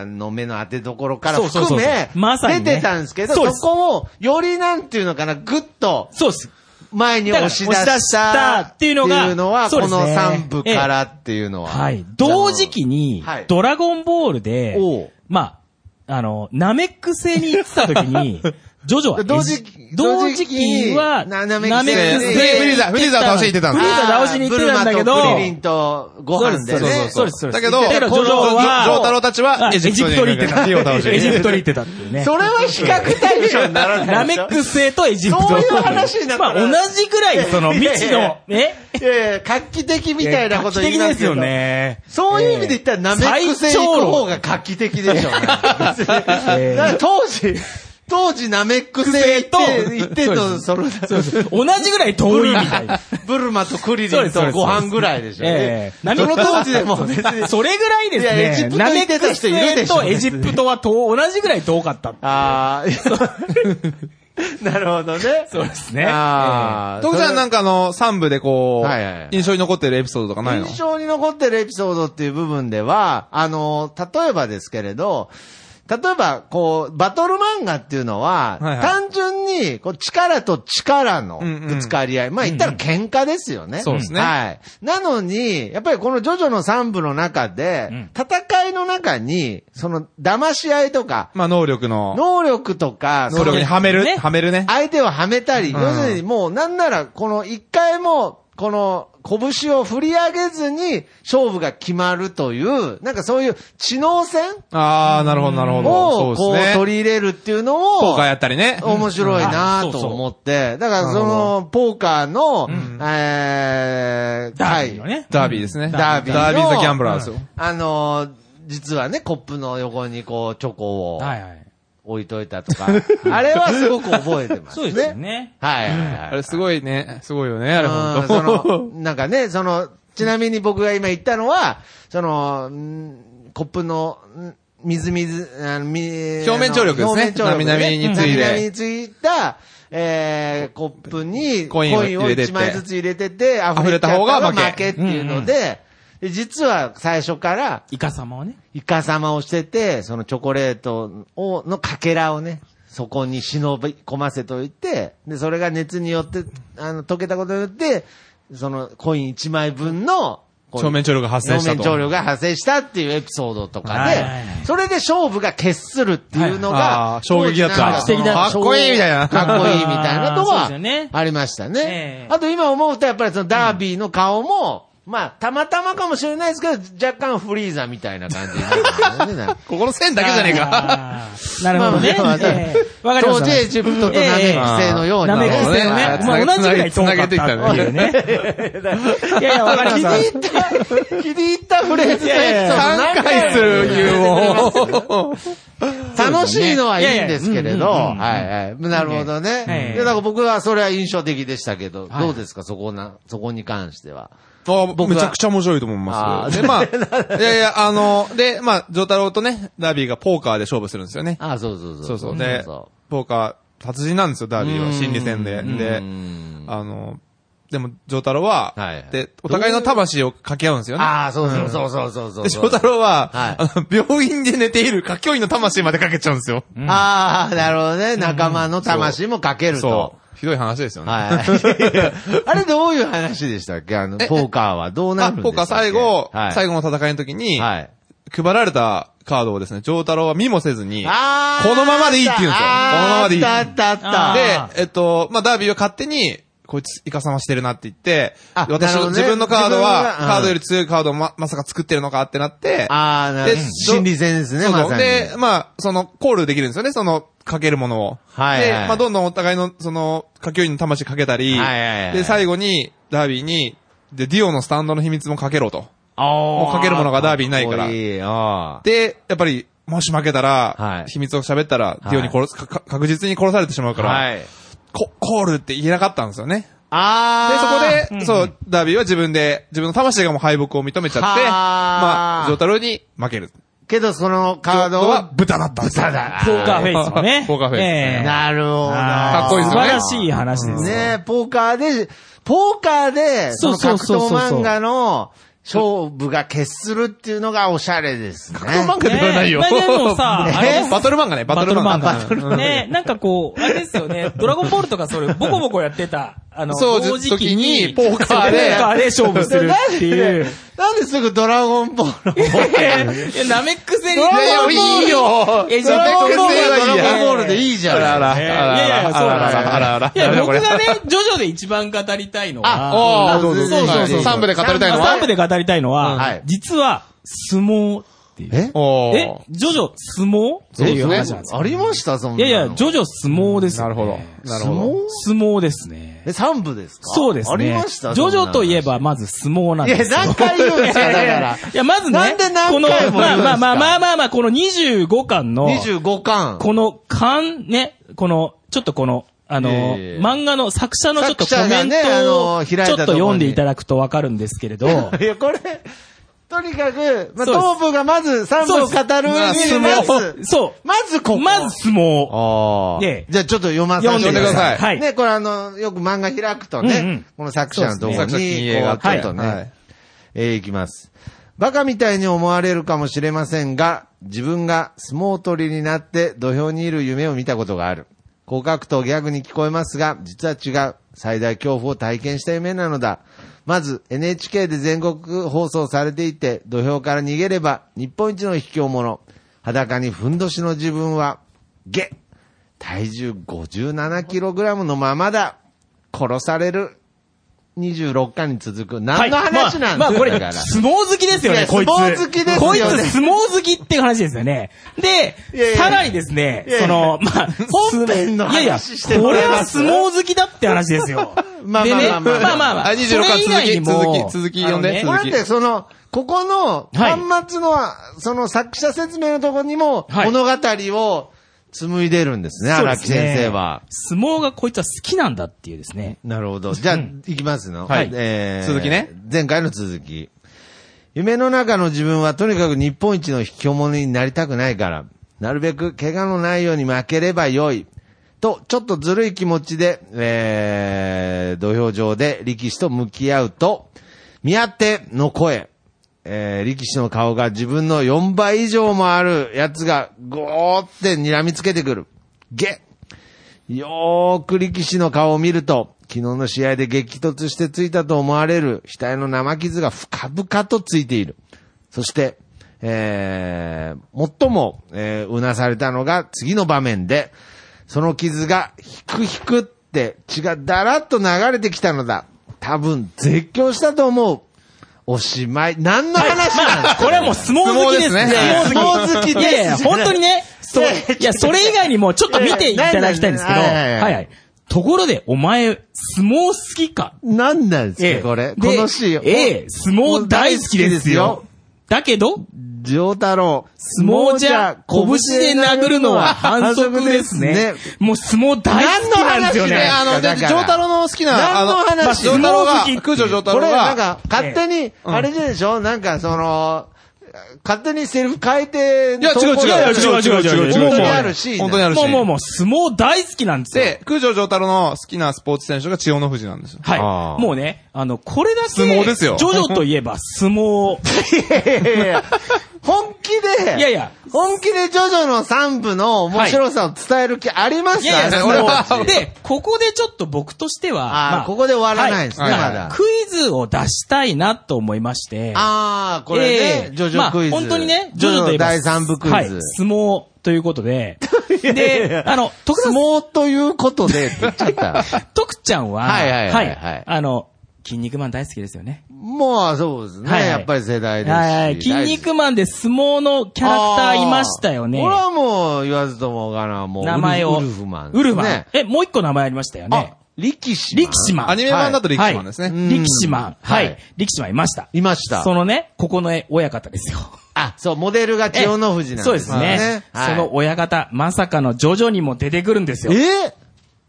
化の目の当てどころから
そうそうそ
含
うそう
め、
まさにね
出てたんですけど、
そう
そ
です
こを、よりなんていうのかな、ぐっと
そうです。
前に押し出
だから押し出
し
したた
っ
ってて
い
いうう
の
のが
は、
そう
こ
です
の
ね
3部からっていうのは。
はい。同時期に
はい、
ドラゴンボール
おう
で、まあ、あの、ナメック星に行ってた時に、ジョジョは S
同時期
同時期は、
ナメ
ナメックス
え
で
え
フリーザフリーザ倒しに行ってたん
フ
だ
リーザ倒しに行ってたんだけど
ブルマとクリリンとご飯でね。
そうです、そうです。
だけど、
言ってたジョジョは、
ジョータロウたちはエジプトに行ってた。
エジプトに行ってた。エジプトに行
に。
ってたっていうね。
それは比較対象にならな
ナ
いで
メ
し
ッ
ょ。
クス製とエジプト。
そういう話になった
まあ
ら
同じくらい、その未知
いやいや
の、え
いやいや画期的みたいなこと言い
画
ま
期
すけど。
ね。
そういう意味で言ったらナメック星行く方が画期的でしょうね。別にだ から当時、当時ナメック星行って、行ってと、その、
同じぐらい遠いみたいな。
ブルマとクリリンとご飯ぐらいでしょう
え
ね。
えナメ
その当時でも別に。
それぐらいです
いやエジプト
ね。ナ
行
メ
っ
ッ
て
ク
た
ス
人いる
製
でしょ
とエジプトは遠、同じぐらい遠かった。
ああ、 なるほどね。そうです
ね
ああ。
徳さんなんかあの、三部でこ、
はいはいはいう
印象に残ってるエピソードとかないの
印象に残ってるエピソードっていう部分では、あの、例えばですけれど、例えば、こう、バトル漫画っていうのは、
はいはい
単純に、こう、力と力の
うんうん
ぶつかり合い。まあ、言ったら喧嘩ですよね。
そうですね
はい。なのに、やっぱりこのジョジョの3部の中で、
うん
戦いの中に、その、騙し合いとか、
まあ、能力の、
能力とか、
能力にはめ
ね
るはめるね。
相手をはめたり、
うん
要するにもうなんなら、この一回も、この拳を振り上げずに勝負が決まるという、なんかそういう知能戦
あー、なるほど、なるほ
を
ど。
こ
そう
う
ですね。
取り入れるっていうの
ポ
を
ーカー、やったりね。
面白いなと思って、だからそのポーカーの、えー、
ダービーのね。
ダービーですね。
ダービーの
ダービーズ・ギャンブラーですよ。
あのー実はね、コップの横にこうチョコを
はいはい。
置いといたとか、あれはすごく覚えてます
そう
ね。
ですよね。
はいはいはい。
あれすごいね。すごいよね、あれ
うん
ほ んと。
その、なんかね、その、ちなみに僕が今言ったのは、その、んコップの、んみずみず、あのみ
表面張力です
表
ね
面張力
なみなみについで
なみなみについた、えー、コップに
コインを入れて
1枚ずつ入れてて、溢れちゃった
溢れた方が負け
負けっていうので、で実は最初から、
イカ様をね。
イカ様をしてて、そのチョコレートを、のかけらをね、そこに忍び込ませといて、で、それが熱によって、あの、溶けたことによって、そのコイン1枚分の、こう
正面張力が発生したと。
表面張力が発生したっていうエピソードとか
はい
で
はいはい、
それで勝負が決するっていうの
はいあ
が
ー、衝撃だった
当時なん
画期的だった
その
かっこいいみたい な
かっこいいみたいなの
あーそうですよね
は、ありました
ええ
ね。あと今思うとやっぱりそのダービーの顔も、まあ、たまたまかもしれないですけど、若干フリーザみたいな感じになるんだよね
ここの線だけじゃねえか。
あー。なるほどね。
まあまあまあ
ええわかりま
当
した。
時エジプトとナメック星のように。
なめく
ク
せの
なるほ
ね。
ど
ま
ね
あ同じぐらい遠かったってい うね。 いやいや、わかり
気
ま
に
し
入った、気に入ったフレーズのエピソード
3回する理由を。
楽しいのはいいんですけれど、
いやいや
はいはい。なるほど
え
ね。
え
で、なんか僕はそれは印象的でしたけど、どうですか、そこな、そこに関しては。
あ
僕は
めちゃくちゃ面白いと思いますよ。で、ま
あ
あ、いやいや、あの、で、まあ、ジョータロウとね、ダービーがポーカーで勝負するんですよね。
ああ、そうそうそう。
そうそう。で、ポーカー、達人なんですよ、ダービーは。心理戦で。で
う、ん
あの、でも、ジョータロウは、
はいはい
で、お互いの魂を掛け合うんですよね。
ああ、そうそうそうそうそうそう。
で、翔太郎は、
はい
あの、病院で寝ている歌教員の魂までかけちゃうんですよ。
ああ、なるほどね。仲間の魂もかけると
そ。う。ひどい話ですよね。
はい。あれどういう話でしたっけあの、
え
ポーカーはどうな
あ、
るんですか
ポーカー最後、最
後
後の戦いの時に、
はい。
配られたカードをですね、ジョー太郎は見もせずに、
あー
このままでいいって言うんですよ
あー
このままでいい
あったあったあった。
で、えっと、まあ、ダービーは勝手に、こいつ、イカ様してるなって言って、
あな
私
るほ
の
どね
自分のカード
自
は、
分がうん
カードより強いカードをま、まさか作ってるのかってなって、
ああ、なるほ
で
ど。心理戦ですね、
そうそう
まさに。
で、まあ、その、コールできるんですよね、その、かけるものを。
はいはい
で、まあ、どんどんお互いの、その、かけように魂かけたり、
はいはいはい
で、最後に、ダービーに、で、ディオのスタンドの秘密もかけろと。
も
もうかけるものがダービーないから
っこいいあー
で、やっぱり、もし負けたら、
はい
秘密を喋ったら、
い
ディオに殺す、かか確実に殺されてしまうから、
はい。
ココールって言えなかったんですよね。で、そ
あ
こ
あ。
で、
うん
そう、ダービーは自分で、自分の魂がもう敗北を認めちゃ
は
って、
ー
まあ、ジョータロウに負ける。
けどそのカードは、
豚だったんですよ。
豚だ
た。ポーカーフェイスもね
ポーカーフェイスね
ええ
なるほど。
か
っこいいで
素
すよね
晴らしい話です。
ねポーカーで、ポーカーで、そ
そう
の
そう
格
そうそ
闘
う
漫画の勝負が決するっていうのがおしゃれですね。
漫画ではないよ。
ねまあで もさあれ
バトル漫画ね、バトル漫画。
バトル漫画。ね、なんかこう、あれですよね、ドラゴンボールとかそれ、ボコボコやってた、あの、
そう
同時期に、
時にポーカーで
そうポーカーで勝負するっていう。
なんですぐドラゴンボ ールを。
いや、ナメック星
い
に。
やいやいいよ
え、じ
ド
ゃあ、
ラゴンボールは
は
ドラゴンボールで
い
いいじゃん。
あらあら、あ
えー
らあら、あらあら、あらあら。
いや、僕
あ
がね、ジョジョで一番語りたいのは、
あ、お
そうそうそうそう
3部で語りたいのは
3部で語りたいの
うんはい
は、実は、相撲っていう。
え
おー
え、ジョジョ相撲っていう話なんですよ
ありましたそん
い
な
や
の。
いや、ジョジョ相撲ですね。
なるほど。なるほど。
相撲ですね。
え、3部ですか
そうですね。
ありました
ジョジョといえ。
そんな
ば、まず相撲なん
い
です
や、
よ
何回言うんですか、だから。
いや、まずね、
なんで何回も言うんですか
この、まあまあまあまあまあまあ、この25巻の、
25巻。
この巻、ね、この、ちょっとこの、あの、
ええ
漫画の作者のちょっと
作
コ
者が
メン
ね
ト
あ
を、
の
ち
開い
ょ
た
っ
とこに
と読んでいただくとわかるんですけれど、
いや、これ、とにかく、まあ、
そうです
東部がまず3部語る上
そ
に、
う
ま
相
ず
撲、そ
まずここ。
う、まず相撲、
ああ。
ね
じゃあちょっと読ませ
読ん
て
で
くだ
くだ
さい。
さい。はい。
ね、これあの、よく漫画開くとね、
うんうん
この作者のところ
そうです
に、
ね
こう
作者
ちょ
金
っ
英
と
が
ね、
はいはい
えーいきます。バカみたいに思われるかもしれませんが、自分が相撲取りになって土俵にいる夢を見たことがある。広角とギャグに聞こえますが、実は違う。最大恐怖を体験した夢なのだ。まず、NHK で全国放送されていて、土俵から逃げれば、日本一の卑怯者。裸にふんどしの自分は、ゲッ体重 57kg のままだ。殺される。26巻に続く。
は
何
い
の話なん
まあ、まあこれ、
だ
相
から。
撲好きですよ
いや
ね、こいつ。
相撲好きですよね
こいつ、相撲好きっていう話ですよね。
いやい
で、
や
さらにですね
いやい、や
その、まあ、
本編の
いやいや
話しても
こ
ら
れ
えま
は
す
相撲好きだって話ですよ。
まあ
でね
まあまあまあ
まあまあ
あ、26
それ以外
巻
にも
続き、続き、続き読んで、
あの
これ
続
っ
き。
て、その、ここの、
はい
端末の、その作者説明のとこにも、
はい
物語を紡いでるんですね、
そう
荒
で
木
すね
先生は。
相撲がこいつは好きなんだっていうですね。
なるほど。じゃあ、いきますの。
はい
えー
続きね。
前回の続き。夢の中の自分はとにかく日本一の卑怯者になりたくないから、なるべく怪我のないように負ければよい。と、ちょっとずるい気持ちで、えー、土俵上で力士と向き合うと、見合っての声。えー、力士の顔が自分の4倍以上もあるやつが、ゴーって睨みつけてくる。ゲッよーく力士の顔を見ると、昨日の試合で激突してついたと思われる額の生傷が深々とついている。そして、えー、最も、えー、うなされたのが次の場面で、その傷がひくひくって血がだらっと流れてきたのだ。多分絶叫したと思う。おしまい。何の話なんですか、
これはもう相撲好きですね。
相撲好き
いやいや、本当にね、そう。
いや
いや、それ以外にもちょっと見ていただきたいんですけど、
い
は
や
い
いやいや
はいはい。ところで、お前、相撲好きか
何なんですか、これ。このシーン。
ええ、相撲大好きですよ。だけど、
上太郎。
相撲じゃ、拳で殴るのは反則で すね。もう相撲大好きなんですよね。
あの、で、上太郎の好きな、あ
何の話
まあ上太郎が、空女上太
こ
郎
れなん
が、
か、勝手に、あれでしょなんかその、勝手にセリフ変えて、
いや、違う
投稿
違う違う違う違う違う違う。
本当にあるシーン。
本当にあるシ
も
ー
う
ン。
もうもう相撲大好きなんですよ。
で、空女上太郎の好きなスポーツ選手が千代の富士なんですよ。
あ
は
ー
い。もうね、あの、これだけ、
相撲ですよ
ジョジョといえば相撲。
いやいやいや本気で、
いやいや、
本気でジョジョの3部の面白さを伝える気あります
い
か、
やいや、
あの
そので、ここでちょっと僕としては、
あーここで終わらないですね
は
まだ
クイズを出したいなと思いまして、
あー、これね、
えー
ジョジョクイズ。
まあ、本当にね、ジョジョといえば、
第3部クイズ。
はい、相撲というこ とで、で、あの、徳田
相
さん
撲ということで、って言っちゃった。
徳ちゃんは、
はいはいはいはい
あの、筋肉マン大好きですよね。
もう、そうですね。
はいはい
やっぱり世代ですし。
はい、筋肉マンで相撲のキャラクターいましたよね
こ。れはもう、言わずともがな、もう、
名前を。
ウルフマン、
ウルフマン
ね。
え、もう一個名前ありましたよね
あ。、力士。
力士。マン。
アニメ版だと力士マンですね。
ん
力士マン。は
はい
い。力士マンいました。
いました
そのね、ここの親方ですよ。
あ、そう、モデルが 千代の富士なん
そうですね。
はい
その親方、まさかのジョジョにも出てくるんですよ。
え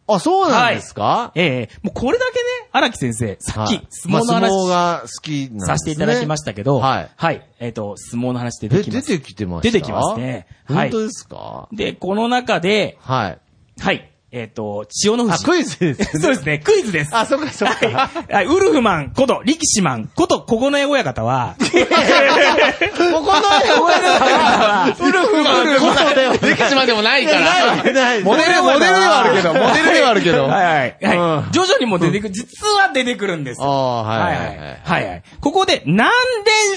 あ、そうなんですか、
ええもうこれだけね、荒木先生、さっ
はい
き相撲の
まあ、相撲
話
が好きなんです、ね、
させていただきましたけど、
はい。
はい。えっと、相撲の話出
え、
てきま
出
す。
てきてました
出てきますねはい
本当ですか
で、この中で、
はい。
はい。えっ、と、千代の富
あ、
士。
クイズです
そうですね、クイズです。
あ、そっかそっか。
はい、ウルフマンこと、力士マンこと、ここの親親方 は、
ここの、ウ ルフマンのことでは
出口までもないから。
ない、ない。
モデル、モデルではあるけど、モデルではある けど。
はいはい、は
う
い。徐々にもう出てくる、実は出てくるんです。
ああ、は
はいい
は
はいい
は
はい
い。。
はいはい。ここで何連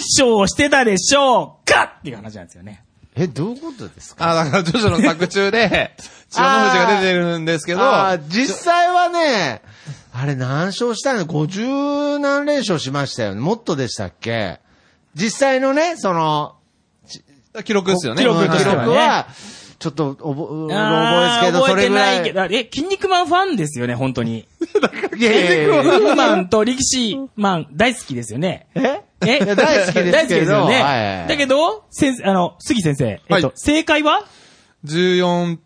勝をしてたでしょうかっていう話なんですよね。
え、どういうことですか
あ、だから、ジョジョの作中 で、千代の富士が出てるんですけど、
あー実際はね、あれ何勝したの ?50 何連勝しましたよね。もっとでしたっけ実際のね、その、
記録ですよね。
記録
うん
と
記
してはね
録は、ちょっとおぼ、うろ覚
あ
えですけ
ー
ど、そ
覚
れ
えて
ぐら。
ないいけど、え、筋肉マンファンですよね、本当に。
いやいやいや
ウル フマンと力士マン大好きですよね。
え
え
いや大好きですけど
大好きですよ
は
ね。
い
だけど、先生、あの、杉先生、えっ
は
と
い、
正解は
14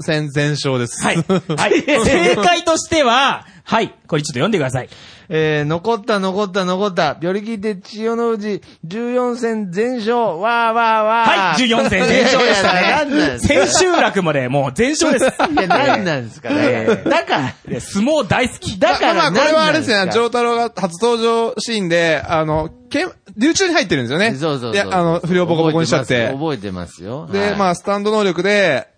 戦全勝です。
は い。はい。正解としては、はい。これちょっと読んでください。
えー、残った残った残った。寄り切って千代の富士、14戦全勝。わーわーわー。
はい。14戦全勝で し
いやいやな
た
んなんで
ね。
すか
千秋楽までもう全勝 です。
いや、なんなんですかね。だから、
で相撲大好き。
だから
まあまあ、これはあれです
何なんで
ね、
すか
上太郎が初登場シーンで、あの、けん、流中に入ってるんですよね。
そうそうそう。
で、あの、不良ボコボコにしちゃって。
覚えてますよ。覚えてますよ
で、まあ、スタンド能力で、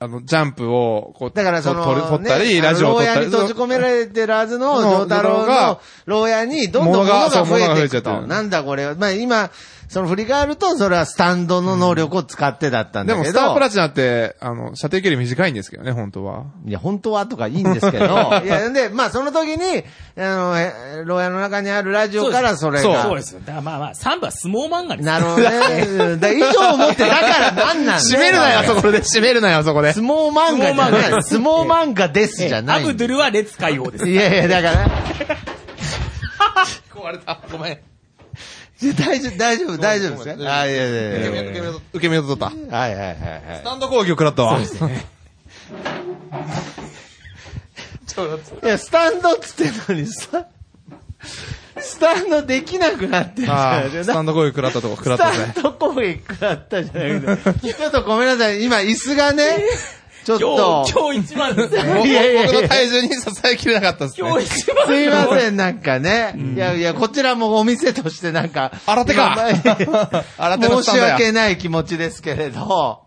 あの、ジャンプを、こう、
だからその、
取る取ったり、
ね
ラジオを取っ
あ
た
の
り。
牢屋に閉じ込められてるはずの、
そう
上太郎
牢屋
の
が、
牢屋にどんどん物
物が
が
そう
増えてい
物が増え
く
ちゃっ
と。
た
なんだこれは。まあ今、その振り返ると、それはスタンドの能力を使ってだったん
で
だけ
も、
ど。
スタープラチナって、あの、射程距離短いんですけどね、本当は。
いや、本当はとかいいんですけど。いや、で、まあその時に、あのえ、牢屋の中にあるラジオからそれが。
そうです。だからまあまあ、3部は相撲漫画です。
なるほどね。うんだ以上をもって、だからなんなん
締めるなよ、あそ
こ。
こで。締めるなよ、あそこで。
相撲漫画じゃ
相
な
撲漫画
い。相撲漫画ですじゃな
ア
い。
ブドゥルは列海王です。
いやいや、だから。
壊れた。ごめん。
いや大丈夫、大丈夫、大丈夫です
ごめん
かあ、いやいやいやいや。
受け身を、受け身を取った。ス
はいはいはいはい。
タンド攻撃を食らったわ。
いや、スタンドっつってんのにさ、スタンドできなくなってるじゃ
あ
な
あ、
いで
ス
すか。
タンド攻撃食らったとこ、食ら
ス
ったぜ
タ。ンド攻撃食らったじゃない ですか。ちょっとごめんなさい、今椅子が ね、ちょっ
今
と
日、、今日一番ですね。
僕
いやいやいや
僕の体重に支えきれなかったですね。
今日一番
すいません、なんかね。いやいや、こちらもお店としてなんか、
新手か
まあ
新手のスタ
申
ン
し
ドや
訳ない気持ちですけれど、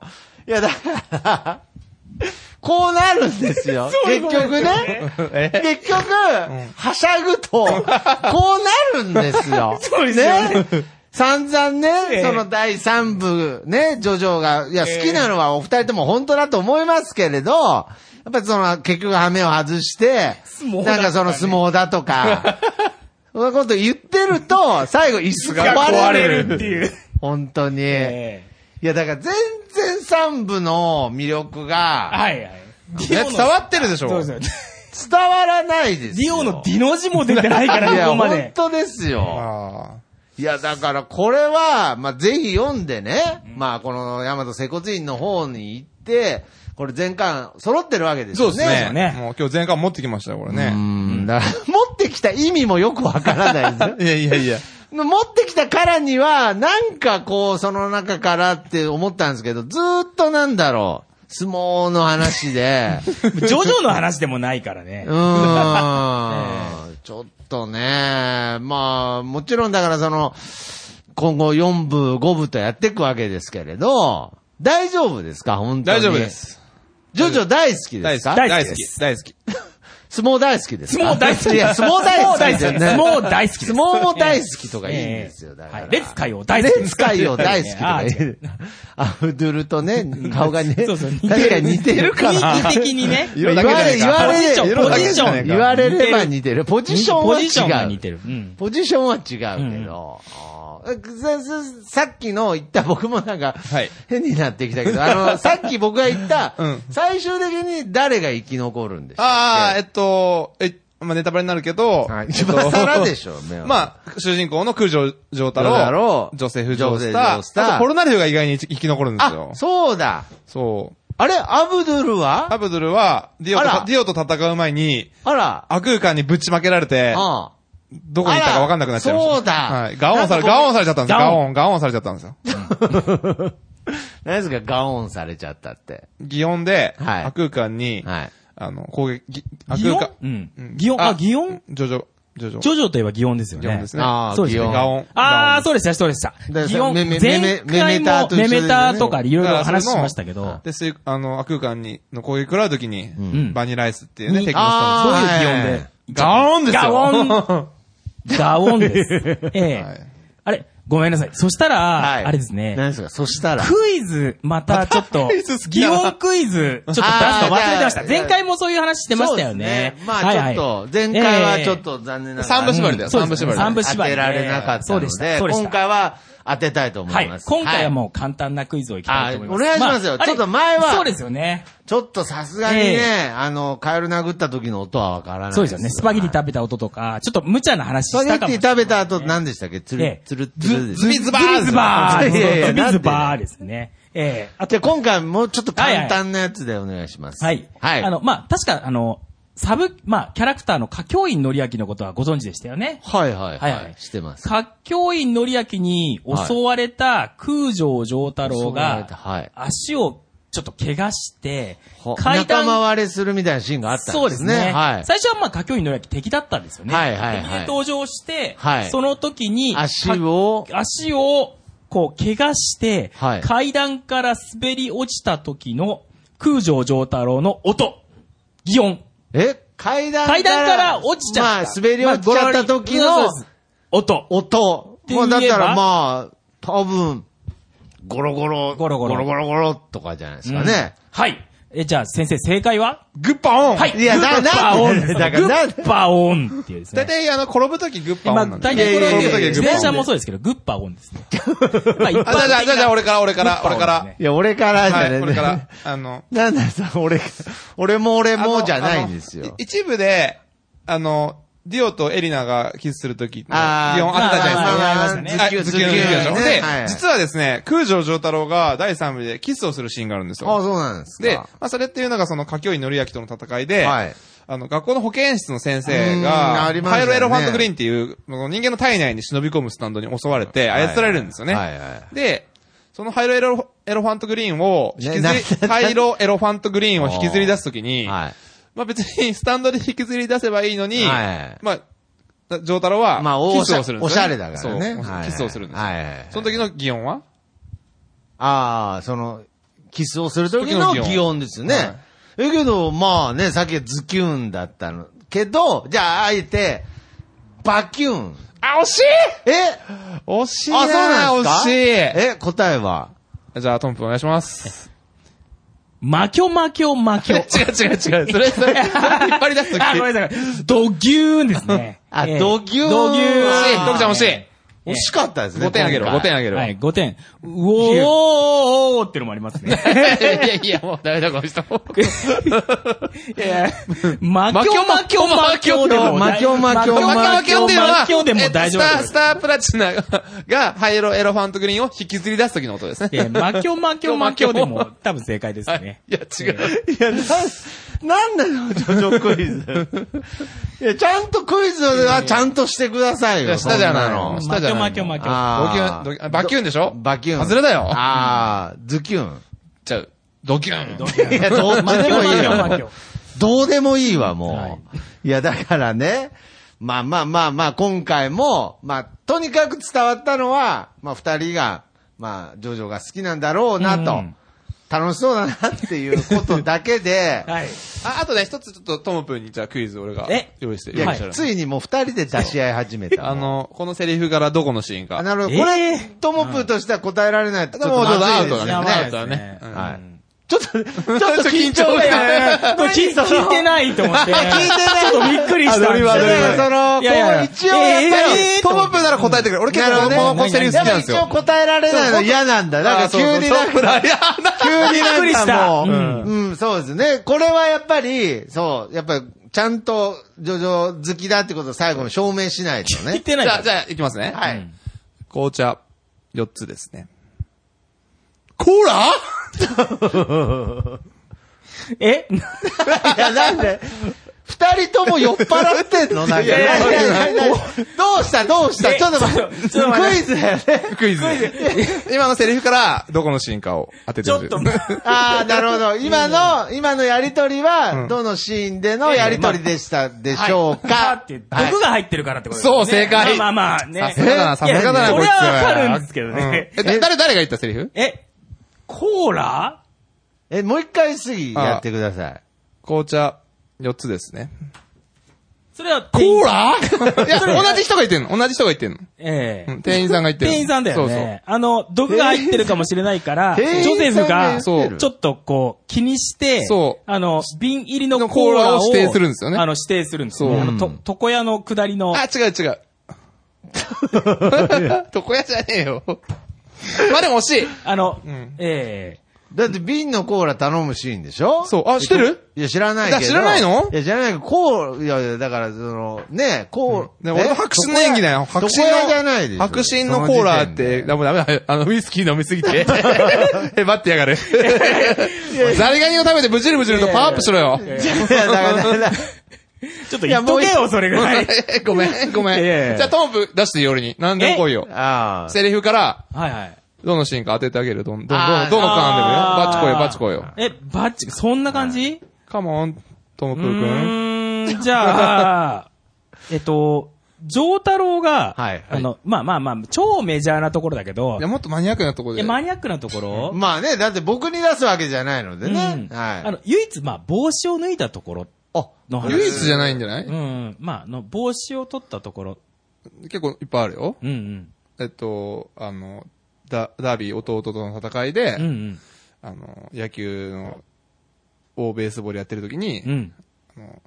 いや、だから、こうなるんですよ。
そういう
結
こと
局ね。結局、はしゃぐと、こうなるんですよ。
そうですよね
ね。散々
え
ね、
え
その第3部、ね、ジョジョが、いや、好きなのはお二人とも本当だと思いますけれど、やっぱりその、結局、羽目を外して、
相撲だ
なんかその相撲だと か、そういうこと言ってると、最後椅子が壊
壊
れ
れ
る。
るっていう。
本当に。いや、だから全然三部の魅力が
はいはい。
ね伝わってるでしょ。
そうですよ。
伝わらないです
ディ
よ。
オのディの字も出てないから、
いや、
ここま
本
で。
当ですよ。
あ
いや、だからこれは、まあ、ぜひ読んでね、まあ、この大和接骨院の方に行って、これ全巻揃ってるわけで
あ。
すよ
そ
ね。
うですね。
ね
もう今日全巻持ってきましたよ、これ
う
ね。
ん。だから持ってきた意味もよくわからないですよ。
いやいやいや。
持ってきたからには、なんかこう、その中からって思ったんですけど、ずーっとなんだろう、相撲の話 で、
ジョジョの話でもないからね
う。 ーん、ちょっとね、まあ、もちろんだからその、今後4部、5部とやっていくわけですけれど、大丈夫ですか本当に。
大丈夫で。す。
ジョジョ 大好きで
大
す
好
か
き。
大好き
大好
で
き。大好き。
相撲大好きですか
相撲大好き
いや、相撲大好きじゃない。
相撲大好きです
相撲も大好きとかいいんですよ。だか
は
ら。
い。レッツ海王大好き。
レッツ海王大好きとか
あー違
言う。アブドゥルとね、顔がね、
そうそう似
確
てる
かに似てる か な。
雰囲気的にね。
言われ、言われ、
ポジション
言われ
ポジシ
言われ
ョン
れば似てる。ポジションは違う。
ポジションが似てるうん
ポジションは違うけど。あーさささっきの言った僕もなんか、
はい
変になってきたけど、あ の、さっき僕が言った、
うん
最終的に誰が生き残るんでしょう
ああ、えっと、え、まあ、ネタバレになるけど、
はい
えっと
今更 でしょ目は
まあ、主人公の空城城太
城太郎
郎、ジョセフ・ジョー
ジョセ
スタ
フジョー
ー、
スター
あとポルナリフが意外に生き残るんですよ
あ、。そうだ。
そう。
あれ、アブドゥルは
アブドゥルは、ディオ
あら
と、ディオと戦う前に、
あら。
悪空間にぶちまけられて、
あ あ
どこに行ったか分かんなくなっちゃいました。
あらそうだ
はい。ガオンさ
なんか
れ、
こう
ガオンされちゃったんですよ。
ガ
ガ
オ
オン、ガオンされちゃったんですよ。
何ですか、ガオンされちゃったって。
擬音で、
はい
悪空間に、
はい。
あの、攻撃、ぎ悪
擬
空
音
間。
うん。擬音、あ、擬音
ジョジョ、ジョジョ。
ジョジョといえば擬音ですよね。
擬音ですね。
ああ、
そうです
擬
ね
音
ガオン。
あー、そうでした、そうでした。
ら
擬音、
めめ
前
めめ
回
メメター
も
と一緒で
メ
すよね
メターとかでいろいろ話しましたけ
だ
ど
か、らそれので、すあの、悪空間に、の攻撃食らうときに、
ん
バニラアイスっていうね、
に
テクノス
そう
ト
い
ーン
う
あー
擬音で。
ガオンですよ
ガオンガオンです。え
は
え
い。
あれ、ごめんなさい。そした
はい
ら、あれですね。
何ですかそしたら。
クイズ、またちょっと
クイズ好、き
擬
だな
音クイズ、ちょっと出すの忘れてました。
あー
前回もそういう話してましたよね
そうです。まあちょっと、前回はちょっと残念ながら。
三部縛りだよ、
そう
三
で
部
す
縛
ね
りだよ。
三部縛り
当てられなかったので、
そうでしたそうでした
今回は当てたいと思
はいい
ま。す。
今回は
う。
もう簡単なクイズをいきたいと思います。
はいお願いしますよ
ああれ
ちょっと前は
そうですよね。
ちょっとさすがにね、
え
あの、カエル殴った時の音はわからない。
そうですよね。スパゲティ食べた音とか、ちょっと無茶な話
スパ
し
ゲ
た
ッ
か
テ
も
ィ食べた後何でしたっけつる
ええ、
つるつるです
ズビズバー
ズビズバー
いやいや
ズビズバ
な
ーですね。ええあ
じゃ
と
あ、今回もうちょっと簡単なやつでお願いします。
はい。
はい。
あの、まあ、確か、あの、サブ、まあ、キャラクターの歌教員のりあきのことはご存知でしたよね。
はいはい
は
はいい。
はい
してます。
歌教員のりあきに襲われた空城城太郎が、
はい。
足をちょっと怪我して、階
仲
段
間割れするみたいなシーンがあったんですね。
そうですね。
はい。
最初はまあ、歌教員のりあき敵だったんですよね。
はいはいはい
敵で登場して、
はい
その時に、
足を、
足を、こう、怪我して、
はい
階段から滑り落ちた時の、空城城太郎の音。擬音。
え階段
階段から落ちちゃった。
まあ、滑り落ちちゃった時
まあ
の
そうです音。
音。
て言
も
えば
うだったらまあ、多分、ゴロゴロ、
ゴロゴ
ゴ
ロ
ロゴロゴロとかじゃないですかね。
はい。え、じゃあ先生正解は
グッパオン
はい。
いやな
グッパオンです。
なんでだか
グ
らなんで
ッパオンっていうです
大
ね。
体、あの、転ぶときグッパ
ま
オ
あ、
ンなん
大
だ
体
よ
いやいやいや
これで、自
いやいや
転車もそうですけど、グッパオンですね。まあ、一般的
あ、じゃあじゃあ、じゃあじゃあ、俺から、俺から、俺か
そうで
ら
す。
いや、俺からじゃ
は
ね
い、これから、あ の、
なんださ、俺、俺も俺もじゃないんです
あの
よ
い。一部で、あの、ディオとエリナがキスするとき、擬音
あー
あったじゃないですか。
ま
あ
ズッキュン
ズ
ズ
ッキュン
ッ
ズ
キ
ッキュンでし
ュン
ょ
ね
で
はい、
実はですね、空城城太郎が第3部でキスをするシーンがあるんです
あ、
よ。
そうなんですか。
で、まあ、それっていうのがその、かきょいのりやきとの戦いで、
はい
あの、学校の保健室の先生
うーん
が、
ありました
ハ
ね
イロエロファントグリーンっていう、この人間の体内に忍び込むスタンドに襲われて、操られるんですよね。
はいは
で、そのハイロエロ、エロファントグリーンを引きずり、
ねな
ハイロエロファントグリーンを引きずり出すときに、
は
まあ別にスタンドで引きずり出せばいいのに、
はい
まあ、ジョータロは、
まあお
キ
し
ス
ゃ
をするんですよ、
おしゃ
ね。
れだからね
そう
はい
キスをするんですよ。
はいはいはい。
その時の擬音はい
ああ、その、キスをする時の
時の
擬
擬
音ですよね。えけど、まあね、さっきはズキュンだったの。けど、じゃあ、あえて、バキュン。
あ、惜しい
え
惜しい
あ、そうなんですか
惜し
え、答えはい。
じゃあ、トンプお願いします。
マキョマキョマキョ。
違う違う違う。そ れ、それ、それ引っ張り出すとき。
あ、ごめんなさい。ドギューンですね
あ
ええ
ドギューン
ドギュ
惜しい。
ーン。
徳ちゃん惜しい。
ええ
惜しかったですね。
5点あげろ、
今
5
回
点あげろ。、
はいい、5点。うおーってのもありますね。
や いや、もうダメだ、この人。
いやマキョマキョマキョでも
マキョマキョ
マキョっていうのは、
マキョでも大丈
えっとス
夫。
ター、スタープラチナが、ハイロエロファントグリーンを引きずり出す時の音ですね。
いやマキョマキョマキョでも多分正解ですね。
いや、違う。
いや、なん、なんなの、ジョジョクイズ。 いや、ちゃんとクイズはちゃんとしてください
いや
よ。
したじゃない
そ
の
ん
し
の
た
マ
じ
キ
ゃ
ョ
な
マ
い
キョマキョ。
ドキ
あ
ュ
ー
ンドキュン、バキュンでしょ
バキュン。
外れだよ。
ああ、ズキュン。
ちゃう。ドキュン。
いや、ど っ
マ
ち
キ
で
ョ
もいい
マキョマキ
よ
ョ。
どうでもいいわ、もう。
はい
い、や、だからね、まあまあまあまあ、今回も、まあ、とにかく伝わったのは、まあ、二人が、まあ、ジョジョが好きなんだろうなと、
うん
楽しそうだなっていうことだけで、
はい。
あ、あとね、一つちょっとトムプンにじゃあクイズ俺が
え
用意して
い
用
や
意してある
ついにもう二人で出し合い始めた。
あの、このセリフからどこのシーン
あ、
か。
なるほど。
えー
これ、トモプーとしては答えられないとちょっと
もうちょっと
ま
ア
ず
ウ
い
ト
です
だ
よ
ね。
ね。
やばいですね
アウトだね。うん
はい。ちょっと、ちょっと緊張
い
が
やいやこ れ聞い聞いてないと思って。聞いてない。ちょっとびっくりしたんですよ。
アドリブアドリブその
いやいや
こう一応やっぱり
えー
トムプンなら答えてくれる。俺結構このこのセリフ好きなんです
やっぱ
よ
一。応答えられないの嫌なんだ。だから急になんか、
か、
急に
びっくり
な
し
んか
た
もう、うん、うんそうですね。これはやっぱり、そう、やっぱり、ちゃんと、ジョジョ好きだってことを最後に証明しないと
聞い
ね。
てない
じ
か
ゃ
ら
あ、じゃあ、いきますね。
は
う
い
ん。
紅茶、4つですね。コーラ
え
いや、なんで、二人とも酔っ払ってんのなんか。
やいや
何何何どうしたどうした
え
ちょっと待って。
ちょっと待っ
クイズだよね。
クイズ。今のセリフから、どこのシーンかを当ててみ
ちょっ
る。
と、
ああ、なるほど。今の、今のやりとりは、どのシーンでのやりとりでしたでしょう
はい
か
っていう毒が入ってるからってことですね。
そう正解
まあまあまあね。
さすがだな、さすがだ
い
な、
や
こいつ
それはわかるんですけどね
うんえ、誰、誰が言ったセリフ
え、コーラ
え、もう一回次やってくだ さい。
紅茶、4つですね。
それは
コ
店員
ーラ いや、同じ人が言ってんの。同じ人が言ってんの。
ええ
うん店員さんが言ってる。
店員さんだよね。あの、毒が入ってるかもしれないから、ジ
店員さん
ョセフが、ち
店員さんが言ってる
ょっとこう、気にして、
そう
あの、瓶入りの
の
コーラを
コーラを指定するんですよね
あの、指定するんですよね。
そう
あの、と、床屋の下りの、
そうそう。あ、違う違う。 床屋じゃねえよ。まあでも惜しい。
あの、
ん
ええ
だって瓶のコーラ頼むシーンでしょ
そうあ知ってる
いや、知らないけど。
だ知らないの
いや、知らないけど、コーラ、いやいや、だから、その、ね、コー
ね
ラ。
俺の白紙の演技だよ。白
白
紙の。
じゃないでしょ
白紙のコーラって、ダメダメだ。あの、ウイスキー飲みすぎ て。へばってやがる。ザリガニを食べてブチルブチルとパワーアップしろよ。
その時点でいや、だからだから、
ちょっと言っとけ
いやも
よ、それぐらい。
ごめん、ごめ
いやいや
ん。じゃあトンプ出して夜に。何でも来いよ。
ああ。
セリフから、
はいはい。
どのシーンか当ててあげる。どん、どん、ど
あ
の
ー
どの缶でもよ。バッチ
あー
来いよ、バッチ来いよ。
え、バッチ、そんな感じ
カモン、トム
う
クー君。
ーん、じゃあ、えっと、ジョータロウ
は
が、
いはい
あの、まあまあまあ、超メジャーなところだけど
いや、、もっとマニアックなとこ
い
で。
やマニアックなところ
まあね、だって僕に出すわけじゃないのでね。
うん
はい。
あの、唯一、まあ、帽子を脱いだところ
あ、
の話。
唯一じゃないんじゃな
う
い
ん。まあ、あの、帽子を取ったところ。
結構いっぱいあるよ。
うんうん。
えっと、あの、ダダービー弟との戦いで、
うんうん。
あの、野球の、オーベースボールやってる時に、
うん。
あの、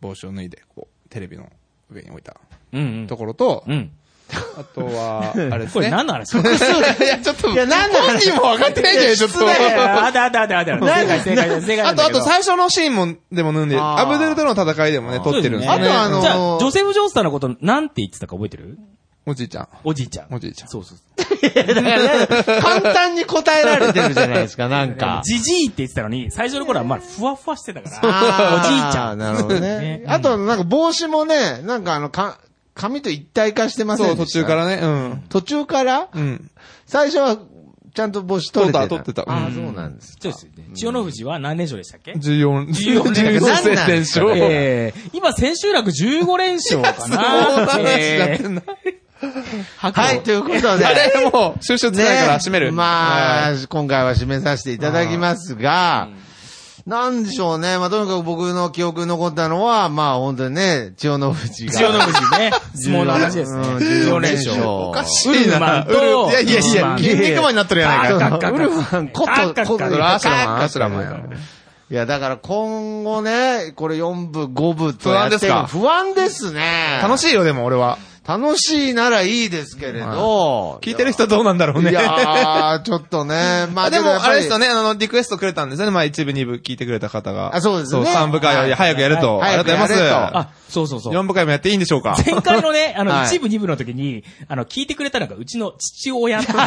帽子を脱いで、こう、テレビの上に置いた
うんうん。
ところと、
うん。
あと は、あれですね。
これ何 の話
いや、ちょっと、
いや何の話
本人も分かってないんじゃないちょっ
いや失礼
と。
ああだあだあだあだ。正解正 解だ正解な
あ
んだ
と、あ
けど
と最初のシーンも、でも脱んで、
あー
アブデルとの戦いでもね、撮ってるんですよ
あ
ね。
とあの
じゃあ、ジョセフ・ジョースターのこと、なんて言ってたか覚えてる
おじいちゃん。
おじいちゃん。
おじいちゃん
そうそうそう。
簡単に答えられてるじゃないですか、なん か。
じじいって言ってたのに、最初の頃はまあ、ふわふわしてたから。
あー
おじいちゃん。
なるほど
ね
ね。あと、なんか帽子もね、なんかあの、か、髪と一体化してませ
そ
ん
う、
で
途
した
中からね、
途中から
うん。うん。
最初は、ちゃんと帽子取れてた。
取った取ってた
ああ、
うん
そうなんです。
そうですよね。千代の富士は何連勝でしたっけ
14。
14
14戦戦勝。
ええ今、千秋楽15連勝か
そう
な。
話になってんな。
はい、ということで。
あれ、もう、就職つないから閉める。
まあ、
はい
今回は締めさせていただきますが、なんでしょうね。まあ、とにかく僕の記憶に残ったのは、まあ、本当にね、千代の富士が。
千代の富士ね。相撲の話ですね。
うん
14
14
連
連
勝
勝。
おかし
ウ
い
ルフマ
な。
ンと
ウルフいやいやいや、
ウ
筋肉マンになってるやない
そ
か。
うウルフマンこと、
カッカッカッ
こと
それはアシュラマン、アシュラマンや。
いや、だから今後ね、これ4部、5部とやって
不安ですか
不安ですね。
楽しいよ、でも俺は。
楽しいならいいですけれど。
聞いてる人どうなんだろうね。
いやー、ちょっとね。まあ
あでも、あれですよ
ね。
ね、あの、リクエストくれたんですよね。まあ、一部、二部聞いてくれた方が。
あそうですね
3部
は
会
い
を早くやると。あ
はい
りがとうござ
早
い
くやれ
ま
あ、そうそう
す。
そう。
4部会もやっていいんでしょうか
前回のね、あの、
はい
一部二部の時に、あの、聞いてくれたのがうちの父親っていう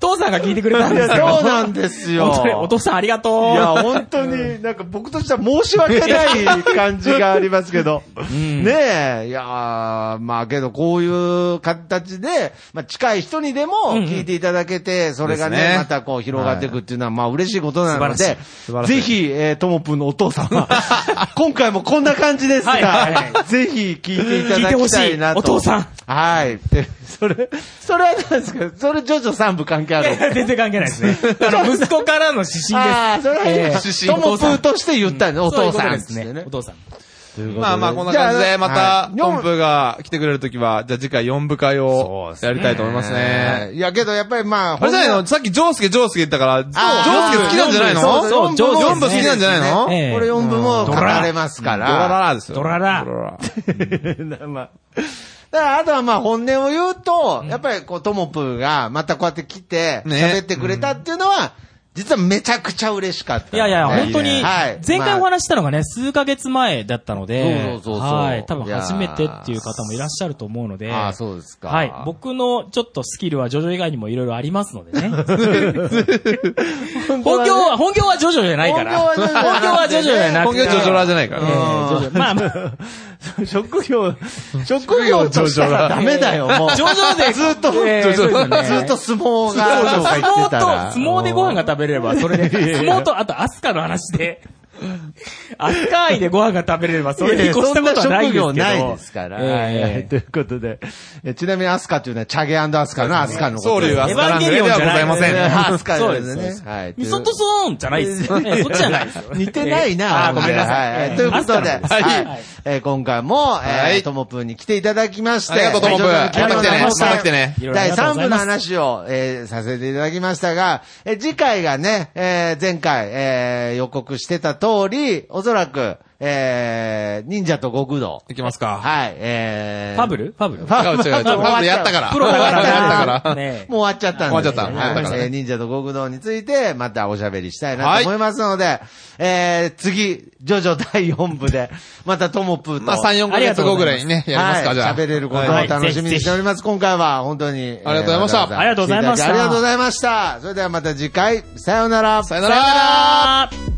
父さんが聞いてくれたん
い
で
や
すよ。
そうなんですよ。
本当にお父さんありがと
い
う。
や、本当に、なんか僕としては申し訳ない感じがありますけ ど。ねえ、いやーまあけどこういう形で、まあ近い人にでも聞いていただけて、それが
です
ね
ね、
またこう広がっていくっていうのは、まあ嬉しいことなの
素晴ら
で
しい
素晴ら、しい
ぜひ、えーともぷんのお父様、 今回もこんな感じです
はいはいは
が、ぜひ聞いていただきたいなと。
聞いてほしいお父さん。
はい。 でそれ、それは何ですかそれ、ジョジョ3部関係あるの
全然関係ないですね。あの、息子からの指針です。
ああ、それはいい
え
ね
ー
ともぷーとして言ったの、お父さん。
そういうことですね。お父さん。
まあまあ、こんな感じ
じゃ
で、
あ
また
は、い
4部が来てくれるときは、じゃあ次回4部会をやりたいと思いますね。
いや、けどやっぱりまあ、
あれじゃないのさっき、ジョースケ、ジョースケ言ったから、ジョースケ好きなんじゃないの
そうそうジョースケ
4部好きなんじゃないの
ええ
これ4部も語られますか
ドラ
ら。
ララですよ。
ドララ
まあだから、あとはまあ、本音を言うと、やっぱりこう、ともぷーが、またこうやって来て、
ね
喋ってくれたっていうのは、実はめちゃくちゃ嬉しかった、
いやいや、本当に
はい、
前回お
まあ
話ししたのがね、数ヶ月前だったので、
そうそうそうそう
はい、多分初めてっていう方もいらっしゃると思うので、
ああ、そうですか。
はい、僕のちょっとスキルはジョジョ以外にもいろいろありますのでね。 本業は、本業はジョジョじゃないから。
本業
本業
はジョジョ
はジョジョじゃなく
本
て。
業ジョジョラーじゃ
ない。
ないか
え
ら。
ージョジョまあまあ、
職業、職業としたらダメだよ、もう。
ジョジョで。
ずっと、
えー
ずっ
そうで
と
すね
ずっと相撲が、
そうそう
とか言っ
相
て
撲
た
と、
ら
相撲でご飯が食べれれば、それで、相撲と、あと、アスカの話 で、アスカ愛でご飯が食べれれば、 それに越したことはない
そんな
んですけど。
職業ないですから。
え
はい ということで、えちなみにアスカというのはチャゲアスカのアスカのこと
僧
です
侶
ね
アスカランドではございませ
ね
ん。
アスカ
そう
で
ですす
ね
ね。
はい。
ミソトソーンじゃないですよね。そっちじゃないですよ。
似てないな。
あー、ごめんな
は
さい。
ということで、
アス
は
カの話
い
です
はい。えー今回も、
は
えー、
い
ともぷんに来ていただきまして。
ありがとうともぷん
はいありがとうございました
また来てね
いろいろあり
第
がとう
3
ご
部
ざい
の
ます
話を、えーさせていただきましたが、えー次回がね、えー前回、えー予告してた通り、おそらく、えー忍者と極道。
いきますか。
はい、えー、
ファブルファブル
ファ
違う違う違
もう終わっちゃ
う。
う
パブやったから。
プロだか
パブやった
ら。
から。
ね
もう終わっちゃったんで。
終わっちゃった
はい
終わったから
えー忍者と極道について、またおしゃべりしたいなと思いますので、えー、次、ジョジョ第4部で、またトモプーと。
まあ3、4ヶ月後ぐらいにね、 やりますか、じゃあ。
はい喋れることを
はい
楽しみにしております。今回は本当に。えー
ありがとうございました
わざわざ
ありがとうございまし
来て
た
ただきありがとうございました。それではまた次回、さようなら。
さよなら
あー